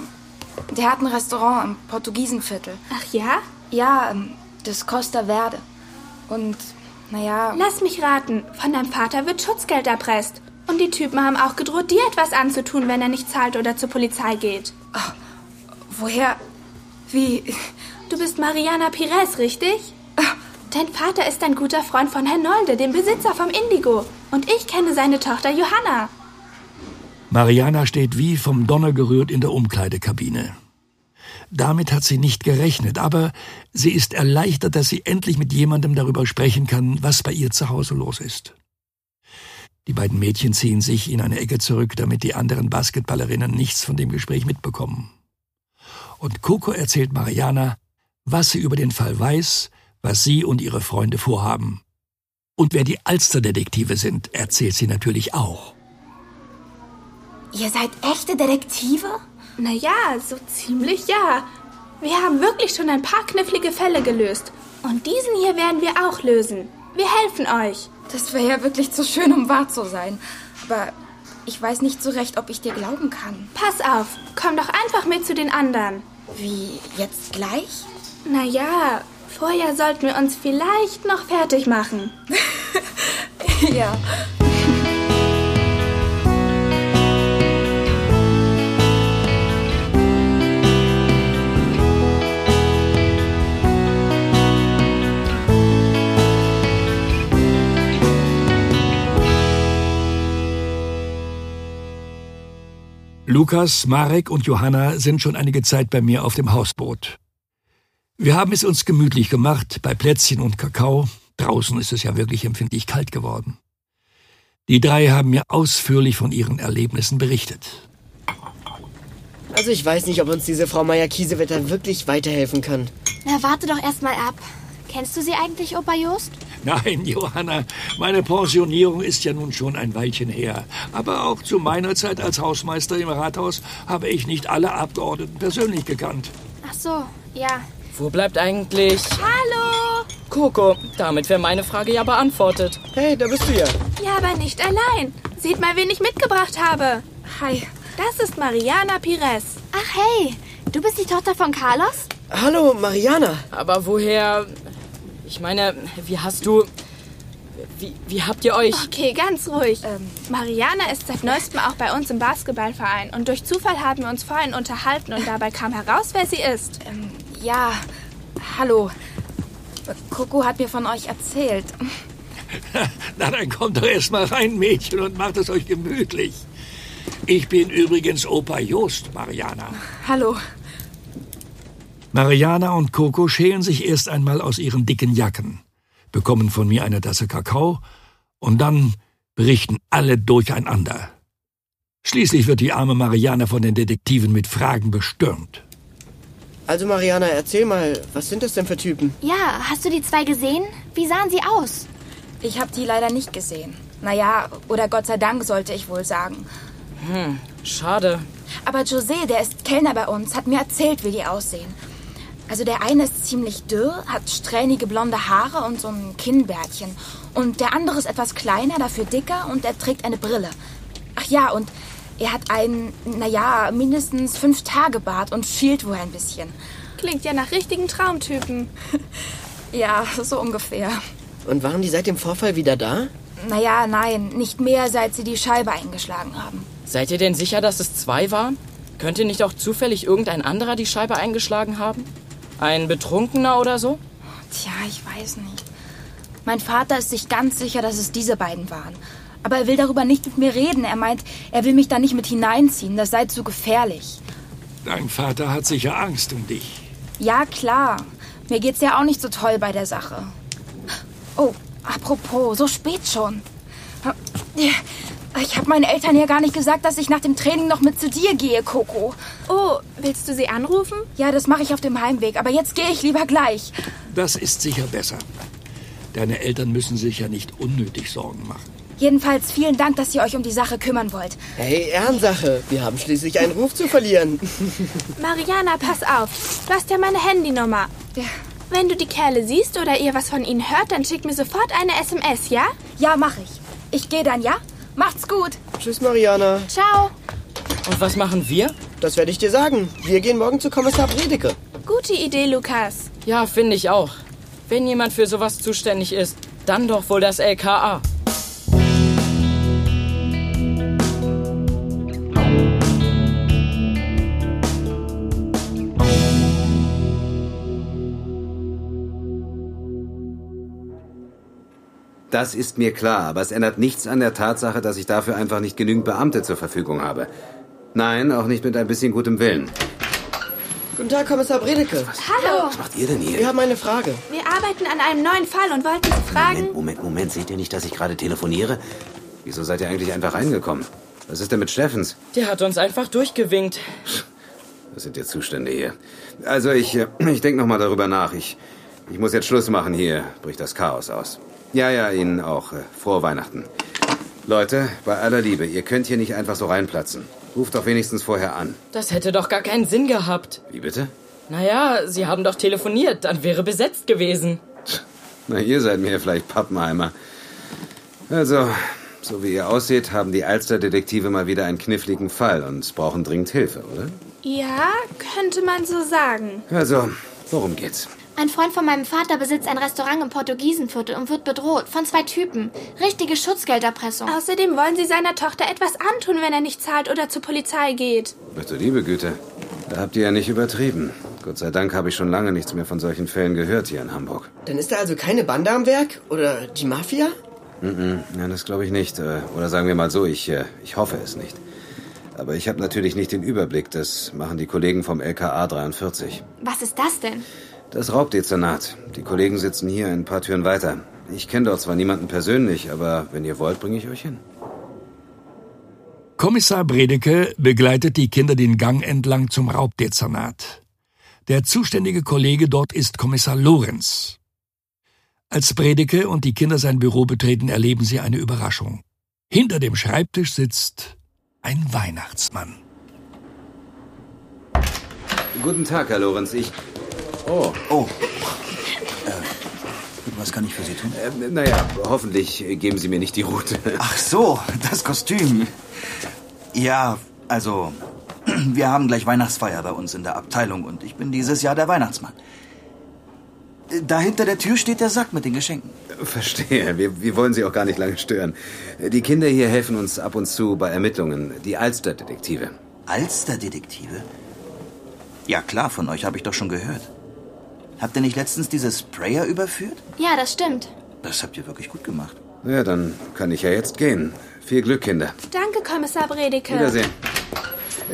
[SPEAKER 18] der hat ein Restaurant im Portugiesenviertel.
[SPEAKER 7] Ach ja?
[SPEAKER 18] Ja, ähm, das Costa Verde. Und, naja,
[SPEAKER 7] Lass mich raten, von deinem Vater wird Schutzgeld erpresst. Und die Typen haben auch gedroht, dir etwas anzutun, wenn er nicht zahlt oder zur Polizei geht.
[SPEAKER 18] Ah, woher, wie, Ah.
[SPEAKER 7] Du bist Mariana Pires, richtig? Dein Vater ist ein guter Freund von Herrn Nolde, dem Besitzer vom Indigo. Und ich kenne seine Tochter Johanna.
[SPEAKER 10] Mariana steht wie vom Donner gerührt in der Umkleidekabine. Damit hat sie nicht gerechnet, aber sie ist erleichtert, dass sie endlich mit jemandem darüber sprechen kann, was bei ihr zu Hause los ist. Die beiden Mädchen ziehen sich in eine Ecke zurück, damit die anderen Basketballerinnen nichts von dem Gespräch mitbekommen. Und Coco erzählt Mariana, was sie über den Fall weiß, was sie und ihre Freunde vorhaben. Und wer die Alsterdetektive sind, erzählt sie natürlich auch.
[SPEAKER 18] ihr seid echte Detektive?
[SPEAKER 7] Naja, so ziemlich ja. Wir haben wirklich schon ein paar knifflige Fälle gelöst. Und diesen hier werden wir auch lösen. Wir helfen euch.
[SPEAKER 18] Das wäre ja wirklich zu schön, um wahr zu sein. Aber ich weiß nicht so recht, ob ich dir glauben kann.
[SPEAKER 7] Pass auf, komm doch einfach mit zu den anderen.
[SPEAKER 18] Wie, jetzt gleich?
[SPEAKER 7] Naja, vorher sollten wir uns vielleicht noch fertig machen.
[SPEAKER 18] ja.
[SPEAKER 10] Lukas, Marek und Johanna sind schon einige Zeit bei mir auf dem Hausboot. Wir haben es uns gemütlich gemacht, bei Plätzchen und Kakao, Draußen ist es ja wirklich empfindlich kalt geworden. Die drei haben mir ausführlich von ihren Erlebnissen berichtet.
[SPEAKER 8] Also ich weiß nicht, ob uns diese Frau Meier-Kiesewetter wirklich weiterhelfen kann.
[SPEAKER 12] Na, warte doch erstmal ab. Kennst du sie eigentlich, Opa Jost?
[SPEAKER 10] Nein, Johanna, meine Pensionierung ist ja nun schon ein Weilchen her. Aber auch zu meiner Zeit als Hausmeister im Rathaus habe ich nicht alle Abgeordneten persönlich gekannt.
[SPEAKER 12] Ach so, ja.
[SPEAKER 8] Wo bleibt eigentlich...
[SPEAKER 7] Hallo!
[SPEAKER 8] Coco, damit wäre meine Frage ja beantwortet. Hey, da bist du ja.
[SPEAKER 7] Ja, aber nicht allein. Seht mal, wen ich mitgebracht habe. Hi. Das ist Mariana Pires.
[SPEAKER 12] Ach hey, du bist die Tochter von Carlos?
[SPEAKER 8] Hallo, Mariana. Aber woher... Ich meine, wie hast du... Wie, wie habt ihr euch...
[SPEAKER 7] Okay, ganz ruhig.
[SPEAKER 18] Ähm.
[SPEAKER 7] Mariana ist seit neuestem auch bei uns im Basketballverein und durch Zufall haben wir uns vorhin unterhalten und dabei kam heraus, wer sie ist.
[SPEAKER 18] Ähm, Ja, hallo. Coco hat mir von euch erzählt.
[SPEAKER 10] Na, dann kommt doch erst mal rein, Mädchen, und macht es euch gemütlich. Ich bin übrigens Opa Jost, Mariana.
[SPEAKER 18] Hallo.
[SPEAKER 10] Mariana und Coco schälen sich erst einmal aus ihren dicken Jacken, bekommen von mir eine Tasse Kakao und dann berichten alle durcheinander. Schließlich wird die arme Mariana von den Detektiven mit Fragen bestürmt.
[SPEAKER 8] Also Mariana, erzähl mal, was sind das denn für Typen?
[SPEAKER 12] Ja, hast du die zwei gesehen? Wie sahen sie aus?
[SPEAKER 18] Ich habe die leider nicht gesehen. Naja, oder Gott sei Dank sollte ich wohl sagen.
[SPEAKER 8] Hm, schade.
[SPEAKER 18] Aber José, der ist Kellner bei uns, hat mir erzählt, wie die aussehen. Also der eine ist ziemlich dürr, hat strähnige blonde Haare und so ein Kinnbärtchen. Und der andere ist etwas kleiner, dafür dicker und er trägt eine Brille. Ach ja, und er hat einen, naja, mindestens fünf Tage Bart und fehlt wohl ein bisschen.
[SPEAKER 7] Klingt ja nach richtigen Traumtypen.
[SPEAKER 18] Ja, so ungefähr.
[SPEAKER 8] Und waren die seit dem Vorfall wieder da?
[SPEAKER 18] Naja, nein, nicht mehr, seit sie die Scheibe eingeschlagen haben.
[SPEAKER 8] Seid ihr denn sicher, dass es zwei waren? Könnte nicht auch zufällig irgendein anderer die Scheibe eingeschlagen haben? Ein Betrunkener oder so?
[SPEAKER 18] Tja, ich weiß nicht. Mein Vater ist sich ganz sicher, dass es diese beiden waren. Aber er will darüber nicht mit mir reden. Er meint, er will mich da nicht mit hineinziehen. Das sei zu gefährlich.
[SPEAKER 10] Dein Vater hat sicher Angst um dich.
[SPEAKER 18] Ja, klar. Mir geht's ja auch nicht so toll bei der Sache. Oh, apropos, so spät schon. Ich habe meinen Eltern ja gar nicht gesagt, dass ich nach dem Training noch mit zu dir gehe, Coco.
[SPEAKER 7] Oh, willst du sie anrufen?
[SPEAKER 18] Ja, das mache ich auf dem Heimweg. Aber jetzt gehe ich lieber gleich.
[SPEAKER 10] Das ist sicher besser. Deine Eltern müssen sich ja nicht unnötig Sorgen machen.
[SPEAKER 18] Jedenfalls vielen Dank, dass ihr euch um die Sache kümmern wollt.
[SPEAKER 8] Hey, Ehrensache. Wir haben schließlich einen Ruf zu verlieren.
[SPEAKER 7] Mariana, pass auf. Du hast ja meine Handynummer. Wenn du die Kerle siehst oder ihr was von ihnen hört, dann schick mir sofort eine SMS, ja?
[SPEAKER 18] Ja, mach ich. Ich gehe dann, ja? Macht's gut.
[SPEAKER 8] Tschüss, Mariana.
[SPEAKER 7] Ciao.
[SPEAKER 8] Und was machen wir? Das werde ich dir sagen. Wir gehen morgen zu Kommissar Bredeke.
[SPEAKER 7] Gute Idee, Lukas.
[SPEAKER 8] Ja, finde ich auch. Wenn jemand für sowas zuständig ist, dann doch wohl das LKA.
[SPEAKER 19] Das ist mir klar, aber es ändert nichts an der Tatsache, dass ich dafür einfach nicht genügend Beamte zur Verfügung habe. Nein, auch nicht mit ein bisschen gutem Willen.
[SPEAKER 8] Guten Tag, Kommissar Bredeke.
[SPEAKER 7] Hallo.
[SPEAKER 19] Was macht ihr denn hier?
[SPEAKER 8] Wir haben eine Frage.
[SPEAKER 7] Wir arbeiten an einem neuen Fall und wollten Sie fragen.
[SPEAKER 19] Moment, Moment, seht ihr nicht, dass ich gerade telefoniere? Wieso seid ihr eigentlich einfach reingekommen? Was ist denn mit Steffens?
[SPEAKER 8] Der hat uns einfach durchgewinkt.
[SPEAKER 19] Was sind ihr Zustände hier? Also ich, äh, ich denke nochmal darüber nach. Ich, ich muss jetzt Schluss machen, hier bricht das Chaos aus. Ja, ja, Ihnen auch. äh, Frohe Weihnachten. Leute, bei aller Liebe, ihr könnt hier nicht einfach so reinplatzen. Ruft doch wenigstens vorher an.
[SPEAKER 8] Das hätte doch gar keinen Sinn gehabt.
[SPEAKER 19] Wie bitte?
[SPEAKER 8] Naja, sie haben doch telefoniert, dann wäre besetzt gewesen.
[SPEAKER 19] Na, ihr seid mir vielleicht Pappenheimer. Also, so wie ihr aussieht, haben die Alster-Detektive mal wieder einen kniffligen Fall und brauchen dringend Hilfe, oder?
[SPEAKER 7] Ja, könnte man so sagen.
[SPEAKER 19] Also, worum geht's?
[SPEAKER 12] Ein Freund von meinem Vater besitzt ein Restaurant im Portugiesenviertel und wird bedroht von zwei Typen. Richtige Schutzgelderpressung.
[SPEAKER 7] Außerdem wollen sie seiner Tochter etwas antun, wenn er nicht zahlt oder zur Polizei geht.
[SPEAKER 19] Ach du liebe Güte, da habt ihr ja nicht übertrieben. Gott sei Dank habe ich schon lange nichts mehr von solchen Fällen gehört hier in Hamburg.
[SPEAKER 8] Dann ist da also keine Bande am Werk? Oder die Mafia?
[SPEAKER 19] Mhm, ja, das glaube ich nicht. Äh, Oder sagen wir mal so, ich, äh, ich hoffe es nicht. Aber ich habe natürlich nicht den Überblick. Das machen die Kollegen vom LKA 43.
[SPEAKER 12] Was ist das denn?
[SPEAKER 19] Das Raubdezernat. Die Kollegen sitzen hier ein paar Türen weiter. Ich kenne dort zwar niemanden persönlich, aber wenn ihr wollt, bringe ich euch hin.
[SPEAKER 10] Kommissar Bredeke begleitet die Kinder den Gang entlang zum Raubdezernat. Der zuständige Kollege dort ist Kommissar Lorenz. Als Bredeke und die Kinder sein Büro betreten, erleben sie eine Überraschung. Hinter dem Schreibtisch sitzt ein Weihnachtsmann.
[SPEAKER 19] Guten Tag, Herr Lorenz. Ich. Oh. Oh.
[SPEAKER 20] Äh, Was kann ich für Sie tun?
[SPEAKER 19] naja, hoffentlich äh, geben Sie mir nicht die Route.
[SPEAKER 20] Ach so, das Kostüm. Ja, also, wir haben gleich Weihnachtsfeier bei uns in der Abteilung und ich bin dieses Jahr der Weihnachtsmann. Da hinter der Tür steht der Sack mit den Geschenken.
[SPEAKER 19] Verstehe. Wir, wir wollen Sie auch gar nicht lange stören. Äh, Die Kinder hier helfen uns ab und zu bei Ermittlungen. Die Alsterdetektive.
[SPEAKER 20] Alsterdetektive? Ja klar, von euch habe ich doch schon gehört. Habt ihr nicht letztens diese Sprayer überführt?
[SPEAKER 12] Ja, das stimmt.
[SPEAKER 20] Das habt ihr wirklich gut gemacht.
[SPEAKER 19] Ja, dann kann ich ja jetzt gehen. Viel Glück, Kinder.
[SPEAKER 7] Danke, Kommissar Bredeke.
[SPEAKER 19] Wiedersehen.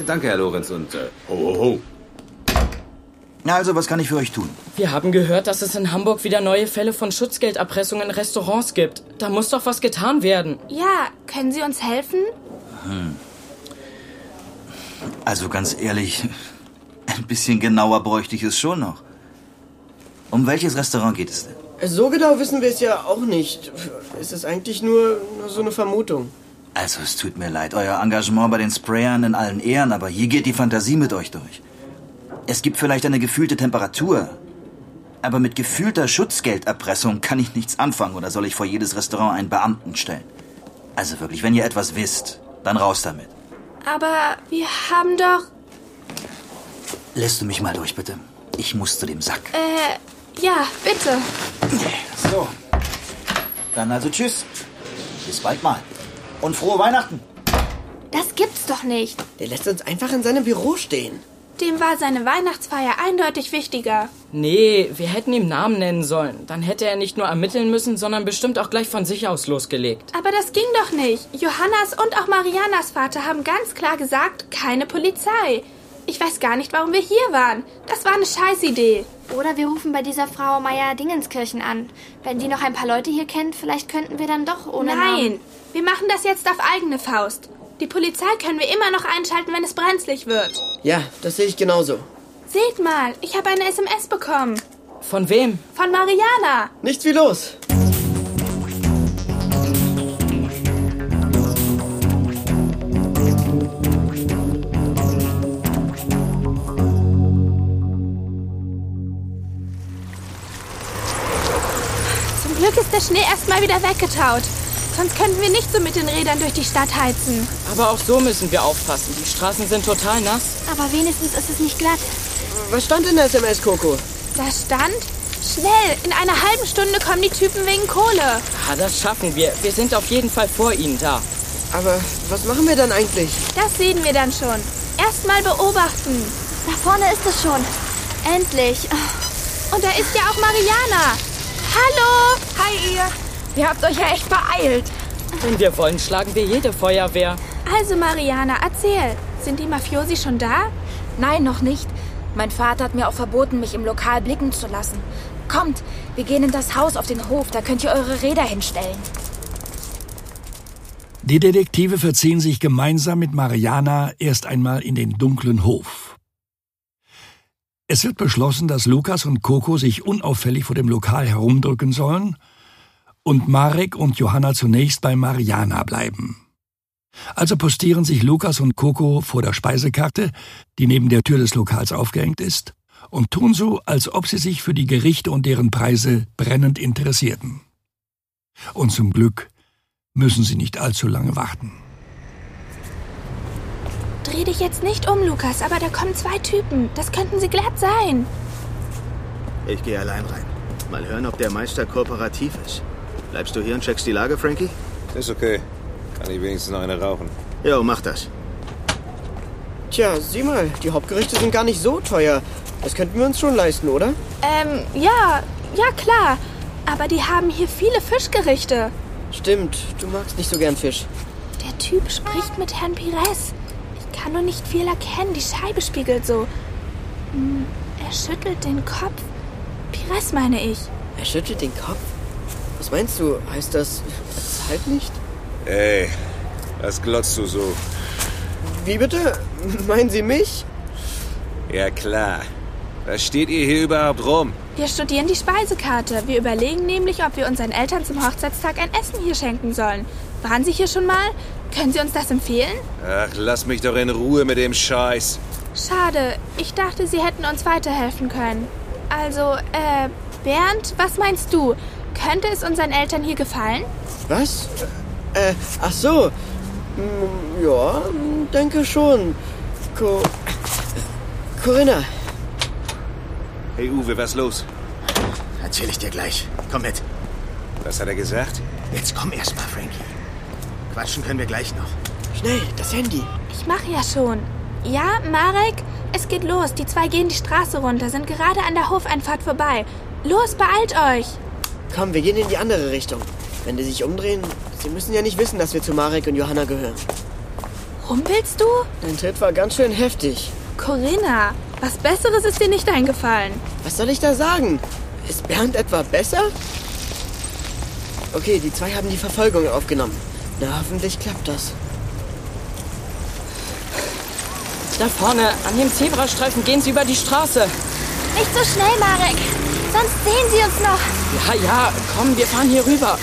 [SPEAKER 19] Danke, Herr Lorenz, und äh, ho, ho, ho.
[SPEAKER 20] Na also, was kann ich für euch tun?
[SPEAKER 8] Wir haben gehört, dass es in Hamburg wieder neue Fälle von Schutzgelderpressung in Restaurants gibt. Da muss doch was getan werden.
[SPEAKER 7] Ja, können Sie uns helfen?
[SPEAKER 20] Hm. Also ganz ehrlich, ein bisschen genauer bräuchte ich es schon noch. Um welches Restaurant geht es denn?
[SPEAKER 8] So genau wissen wir es ja auch nicht. Es ist eigentlich nur, nur so eine Vermutung.
[SPEAKER 20] Also, es tut mir leid, euer Engagement bei den Sprayern in allen Ehren, aber hier geht die Fantasie mit euch durch. Es gibt vielleicht eine gefühlte Temperatur, aber mit gefühlter Schutzgelderpressung kann ich nichts anfangen oder soll ich vor jedes Restaurant einen Beamten stellen? Also wirklich, wenn ihr etwas wisst, dann raus damit.
[SPEAKER 7] Aber wir haben doch.
[SPEAKER 20] Lässt du mich mal durch, bitte? Ich muss zu dem Sack.
[SPEAKER 7] Äh, ja, bitte.
[SPEAKER 20] So. Dann also tschüss. Bis bald mal. Und frohe Weihnachten.
[SPEAKER 7] Das gibt's doch nicht.
[SPEAKER 8] Der lässt uns einfach in seinem Büro stehen.
[SPEAKER 7] Dem war seine Weihnachtsfeier eindeutig wichtiger.
[SPEAKER 8] Nee, wir hätten ihm Namen nennen sollen. Dann hätte er nicht nur ermitteln müssen, sondern bestimmt auch gleich von sich aus losgelegt.
[SPEAKER 7] Aber das ging doch nicht. Johannas und auch Marianas Vater haben ganz klar gesagt, keine Polizei. Ich weiß gar nicht, warum wir hier waren. Das war eine Scheißidee.
[SPEAKER 12] Oder wir rufen bei dieser Frau Meier Dingenskirchen an. Wenn die noch ein paar Leute hier kennt, vielleicht könnten wir dann doch ohne
[SPEAKER 7] Nein, wir machen das jetzt auf eigene Faust. Die Polizei können wir immer noch einschalten, wenn es brenzlig wird.
[SPEAKER 8] Ja, das sehe ich genauso.
[SPEAKER 7] Seht mal, ich habe eine SMS bekommen.
[SPEAKER 8] Von wem?
[SPEAKER 7] Von Mariana.
[SPEAKER 8] Nichts wie los.
[SPEAKER 7] Zum Glück ist der Schnee erstmal wieder weggetaut. Sonst könnten wir nicht so mit den Rädern durch die Stadt heizen.
[SPEAKER 8] Aber auch so müssen wir aufpassen. Die Straßen sind total nass.
[SPEAKER 12] Aber wenigstens ist es nicht glatt.
[SPEAKER 8] Was stand in der SMS, Coco?
[SPEAKER 7] Da stand, schnell, in einer halben Stunde kommen die Typen wegen Kohle.
[SPEAKER 8] Ah, das schaffen wir. Wir sind auf jeden Fall vor ihnen da. Aber was machen wir dann eigentlich?
[SPEAKER 7] Das sehen wir dann schon. Erstmal beobachten.
[SPEAKER 12] Da vorne ist es schon. Endlich.
[SPEAKER 7] Und da ist ja auch Mariana. Hallo. Hi ihr.
[SPEAKER 18] Ihr habt euch ja echt beeilt.
[SPEAKER 8] Wenn wir wollen, schlagen wir jede Feuerwehr.
[SPEAKER 7] Also Mariana, erzähl. Sind die Mafiosi schon da?
[SPEAKER 18] Nein, noch nicht. Mein Vater hat mir auch verboten, mich im Lokal blicken zu lassen. Kommt, wir gehen in das Haus auf den Hof, da könnt ihr eure Räder hinstellen.
[SPEAKER 10] Die Detektive verziehen sich gemeinsam mit Mariana erst einmal in den dunklen Hof. Es wird beschlossen, dass Lukas und Coco sich unauffällig vor dem Lokal herumdrücken sollen und Marek und Johanna zunächst bei Mariana bleiben. Also postieren sich Lukas und Coco vor der Speisekarte, die neben der Tür des Lokals aufgehängt ist, und tun so, als ob sie sich für die Gerichte und deren Preise brennend interessierten. Und zum Glück müssen sie nicht allzu lange warten.
[SPEAKER 7] Dreh dich jetzt nicht um, Lukas, aber da kommen zwei Typen. Das könnten sie glatt sein.
[SPEAKER 21] Ich gehe allein rein. Mal hören, ob der Meister kooperativ ist. Bleibst du hier und checkst die Lage, Frankie?
[SPEAKER 19] Ist okay. Kann ich wenigstens noch eine rauchen.
[SPEAKER 21] Jo, mach das.
[SPEAKER 8] Tja, sieh mal, die Hauptgerichte sind gar nicht so teuer. Das könnten wir uns schon leisten, oder?
[SPEAKER 7] Ähm, ja, ja klar. Aber die haben hier viele Fischgerichte.
[SPEAKER 8] Stimmt, du magst nicht so gern Fisch.
[SPEAKER 7] Der Typ spricht mit Herrn Pires. Ich kann nur nicht viel erkennen. Die Scheibe spiegelt so. Hm, Er schüttelt den Kopf. Pires meine ich.
[SPEAKER 8] Er schüttelt den Kopf? Was meinst du? Heißt das halt nicht?
[SPEAKER 3] Ey, was glotzt du so?
[SPEAKER 8] Wie bitte? Meinen Sie mich?
[SPEAKER 3] Ja klar. Was steht ihr hier überhaupt rum?
[SPEAKER 7] Wir studieren die Speisekarte. Wir überlegen nämlich, ob wir unseren Eltern zum Hochzeitstag ein Essen hier schenken sollen. Waren Sie hier schon mal? Können Sie uns das empfehlen?
[SPEAKER 3] Ach, lass mich doch in Ruhe mit dem Scheiß.
[SPEAKER 7] Schade, ich dachte, Sie hätten uns weiterhelfen können. Also, äh, Bernd, was meinst du? Könnte es unseren Eltern hier gefallen?
[SPEAKER 8] Was? Äh, ach so. Hm, Ja, denke schon. Co Corinna.
[SPEAKER 3] Hey Uwe, was los?
[SPEAKER 21] Erzähl ich dir gleich. Komm mit.
[SPEAKER 3] Was hat er gesagt?
[SPEAKER 21] Jetzt komm erst mal, Frankie. Quatschen können wir gleich noch.
[SPEAKER 7] Schnell, das Handy. Ich mache ja schon. Ja, Marek, es geht los. Die zwei gehen die Straße runter, sind gerade an der Hofeinfahrt vorbei. Los, beeilt euch.
[SPEAKER 8] Komm, wir gehen in die andere Richtung. Wenn die sich umdrehen, sie müssen ja nicht wissen, dass wir zu Marek und Johanna gehören.
[SPEAKER 7] Humpelst du?
[SPEAKER 8] Dein Tritt war ganz schön heftig.
[SPEAKER 7] Corinna, was Besseres ist dir nicht eingefallen.
[SPEAKER 8] Was soll ich da sagen? Ist Bernd etwa besser? Okay, die zwei haben die Verfolgung aufgenommen. Na, hoffentlich klappt das. Da vorne, an dem Zebrastreifen gehen sie über die Straße.
[SPEAKER 12] Nicht so schnell, Marek. Sonst sehen sie uns noch.
[SPEAKER 8] Ja, ja, komm, wir fahren hier rüber.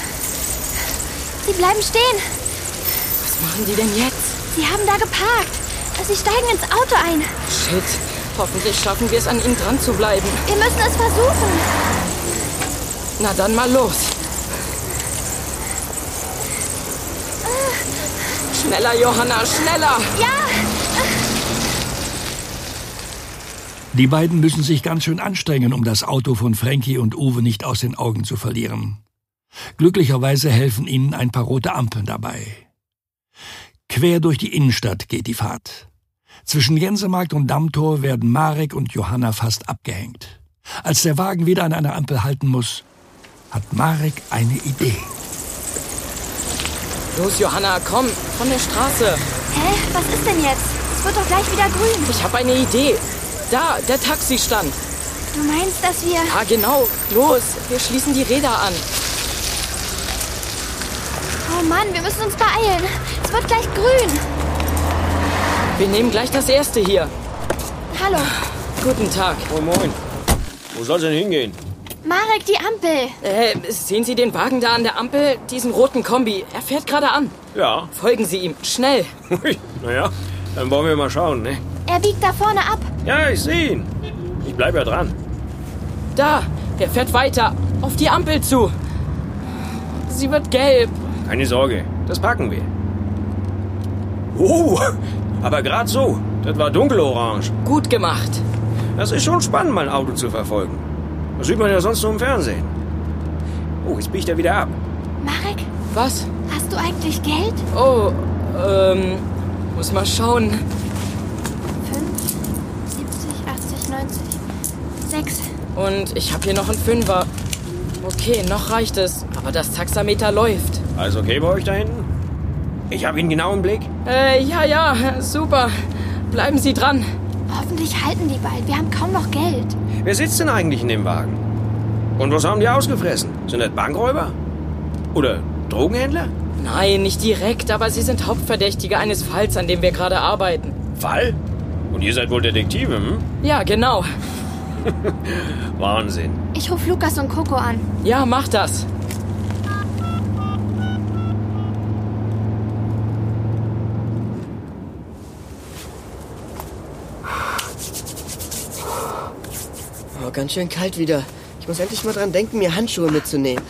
[SPEAKER 12] Sie bleiben stehen.
[SPEAKER 8] Was machen die denn jetzt?
[SPEAKER 12] Sie haben da geparkt. Sie steigen ins Auto ein.
[SPEAKER 8] Shit, hoffentlich schaffen wir es, an ihnen dran zu bleiben.
[SPEAKER 12] Wir müssen es versuchen.
[SPEAKER 8] Na dann mal los.
[SPEAKER 12] Ah.
[SPEAKER 8] Schneller, Johanna, schneller!
[SPEAKER 10] Die beiden müssen sich ganz schön anstrengen, um das Auto von Frankie und Uwe nicht aus den Augen zu verlieren. Glücklicherweise helfen ihnen ein paar rote Ampeln dabei. Quer durch die Innenstadt geht die Fahrt. Zwischen Gänsemarkt und Dammtor werden Marek und Johanna fast abgehängt. Als der Wagen wieder an einer Ampel halten muss, hat Marek eine Idee.
[SPEAKER 8] Los, Johanna, komm, von der Straße.
[SPEAKER 12] Hä? Was ist denn jetzt? Es wird doch gleich wieder grün.
[SPEAKER 8] Ich habe eine Idee. Da, der Taxistand.
[SPEAKER 12] Du meinst, dass wir...
[SPEAKER 8] Ja, genau. Los, wir schließen die Räder an.
[SPEAKER 12] Oh Mann, wir müssen uns beeilen. Es wird gleich grün.
[SPEAKER 8] Wir nehmen gleich das erste hier.
[SPEAKER 12] Hallo.
[SPEAKER 8] Guten Tag.
[SPEAKER 22] Moin, Oh, moin. Wo soll's denn hingehen?
[SPEAKER 12] Marek, die Ampel.
[SPEAKER 8] Äh, sehen Sie den Wagen da an der Ampel? Diesen roten Kombi. Er fährt gerade an.
[SPEAKER 22] Ja.
[SPEAKER 8] Folgen Sie ihm. Schnell.
[SPEAKER 22] naja, dann wollen wir mal schauen, ne?
[SPEAKER 12] Er biegt da vorne ab.
[SPEAKER 22] Ja, ich sehe ihn. Ich bleibe ja dran.
[SPEAKER 8] Da, er fährt weiter. Auf die Ampel zu. Sie wird gelb.
[SPEAKER 22] Keine Sorge, das packen wir. Oh, aber gerade so. Das war dunkelorange.
[SPEAKER 8] Gut gemacht.
[SPEAKER 22] Das ist schon spannend, mein Auto zu verfolgen. Das sieht man ja sonst nur im Fernsehen. Oh, jetzt biegt er wieder ab.
[SPEAKER 12] Marek?
[SPEAKER 8] Was?
[SPEAKER 12] Hast du eigentlich Geld?
[SPEAKER 8] Oh, ähm, muss mal schauen.
[SPEAKER 12] 70, 80, 90, 6.
[SPEAKER 8] Und ich habe hier noch einen Fünfer. Okay, noch reicht es. Aber das Taxameter läuft.
[SPEAKER 22] Alles okay bei Also euch da hinten? Ich habe ihn genau im Blick.
[SPEAKER 8] Äh, ja, ja, super. Bleiben Sie dran.
[SPEAKER 12] Hoffentlich halten die bald. Wir haben kaum noch Geld.
[SPEAKER 22] Wer sitzt denn eigentlich in dem Wagen? Und was haben die ausgefressen? Sind das Bankräuber? Oder Drogenhändler?
[SPEAKER 8] Nein, nicht direkt, aber Sie sind Hauptverdächtige eines Falls, an dem wir gerade arbeiten.
[SPEAKER 22] Fall? Und ihr seid wohl Detektive, hm?
[SPEAKER 8] Ja, genau.
[SPEAKER 22] Wahnsinn.
[SPEAKER 12] Ich rufe Lukas und Coco an.
[SPEAKER 8] Ja, mach das. Oh, ganz schön kalt wieder. Ich muss endlich mal dran denken, mir Handschuhe mitzunehmen.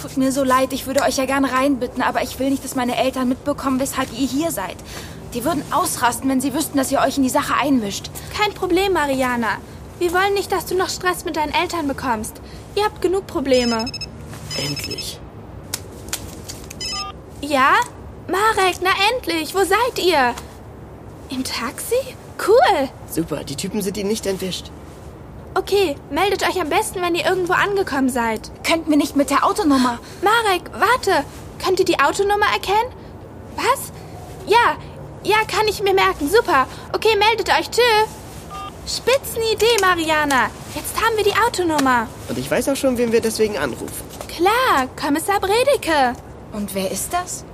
[SPEAKER 18] Tut mir so leid, ich würde euch ja gern reinbitten, aber ich will nicht, dass meine Eltern mitbekommen, weshalb ihr hier seid. Die würden ausrasten, wenn sie wüssten, dass ihr euch in die Sache einmischt.
[SPEAKER 7] Kein Problem, Mariana. Wir wollen nicht, dass du noch Stress mit deinen Eltern bekommst. Ihr habt genug Probleme.
[SPEAKER 8] Endlich.
[SPEAKER 7] Ja? Marek, na endlich, wo seid ihr? Im Taxi? Cool.
[SPEAKER 8] Super, die Typen sind Ihnen nicht entwischt.
[SPEAKER 7] Okay, meldet euch am besten, wenn ihr irgendwo angekommen seid.
[SPEAKER 18] Könnten wir nicht mit der Autonummer?
[SPEAKER 7] Marek, warte. Könnt ihr die Autonummer erkennen? Was? Ja, ja, kann ich mir merken. Super. Okay, meldet euch. Tschö. Spitzenidee, Mariana. Jetzt haben wir die Autonummer.
[SPEAKER 8] Und ich weiß auch schon, wen wir deswegen anrufen.
[SPEAKER 7] Klar, Kommissar Bredeke.
[SPEAKER 18] Und wer ist das?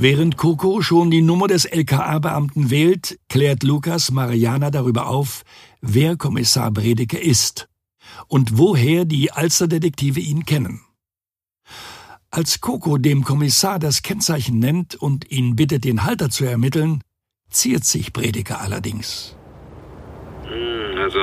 [SPEAKER 10] Während Coco schon die Nummer des LKA-Beamten wählt, klärt Lukas Mariana darüber auf, wer Kommissar Bredeke ist und woher die Alsterdetektive ihn kennen. Als Coco dem Kommissar das Kennzeichen nennt und ihn bittet, den Halter zu ermitteln, ziert sich Bredeke allerdings.
[SPEAKER 19] Hm, Also,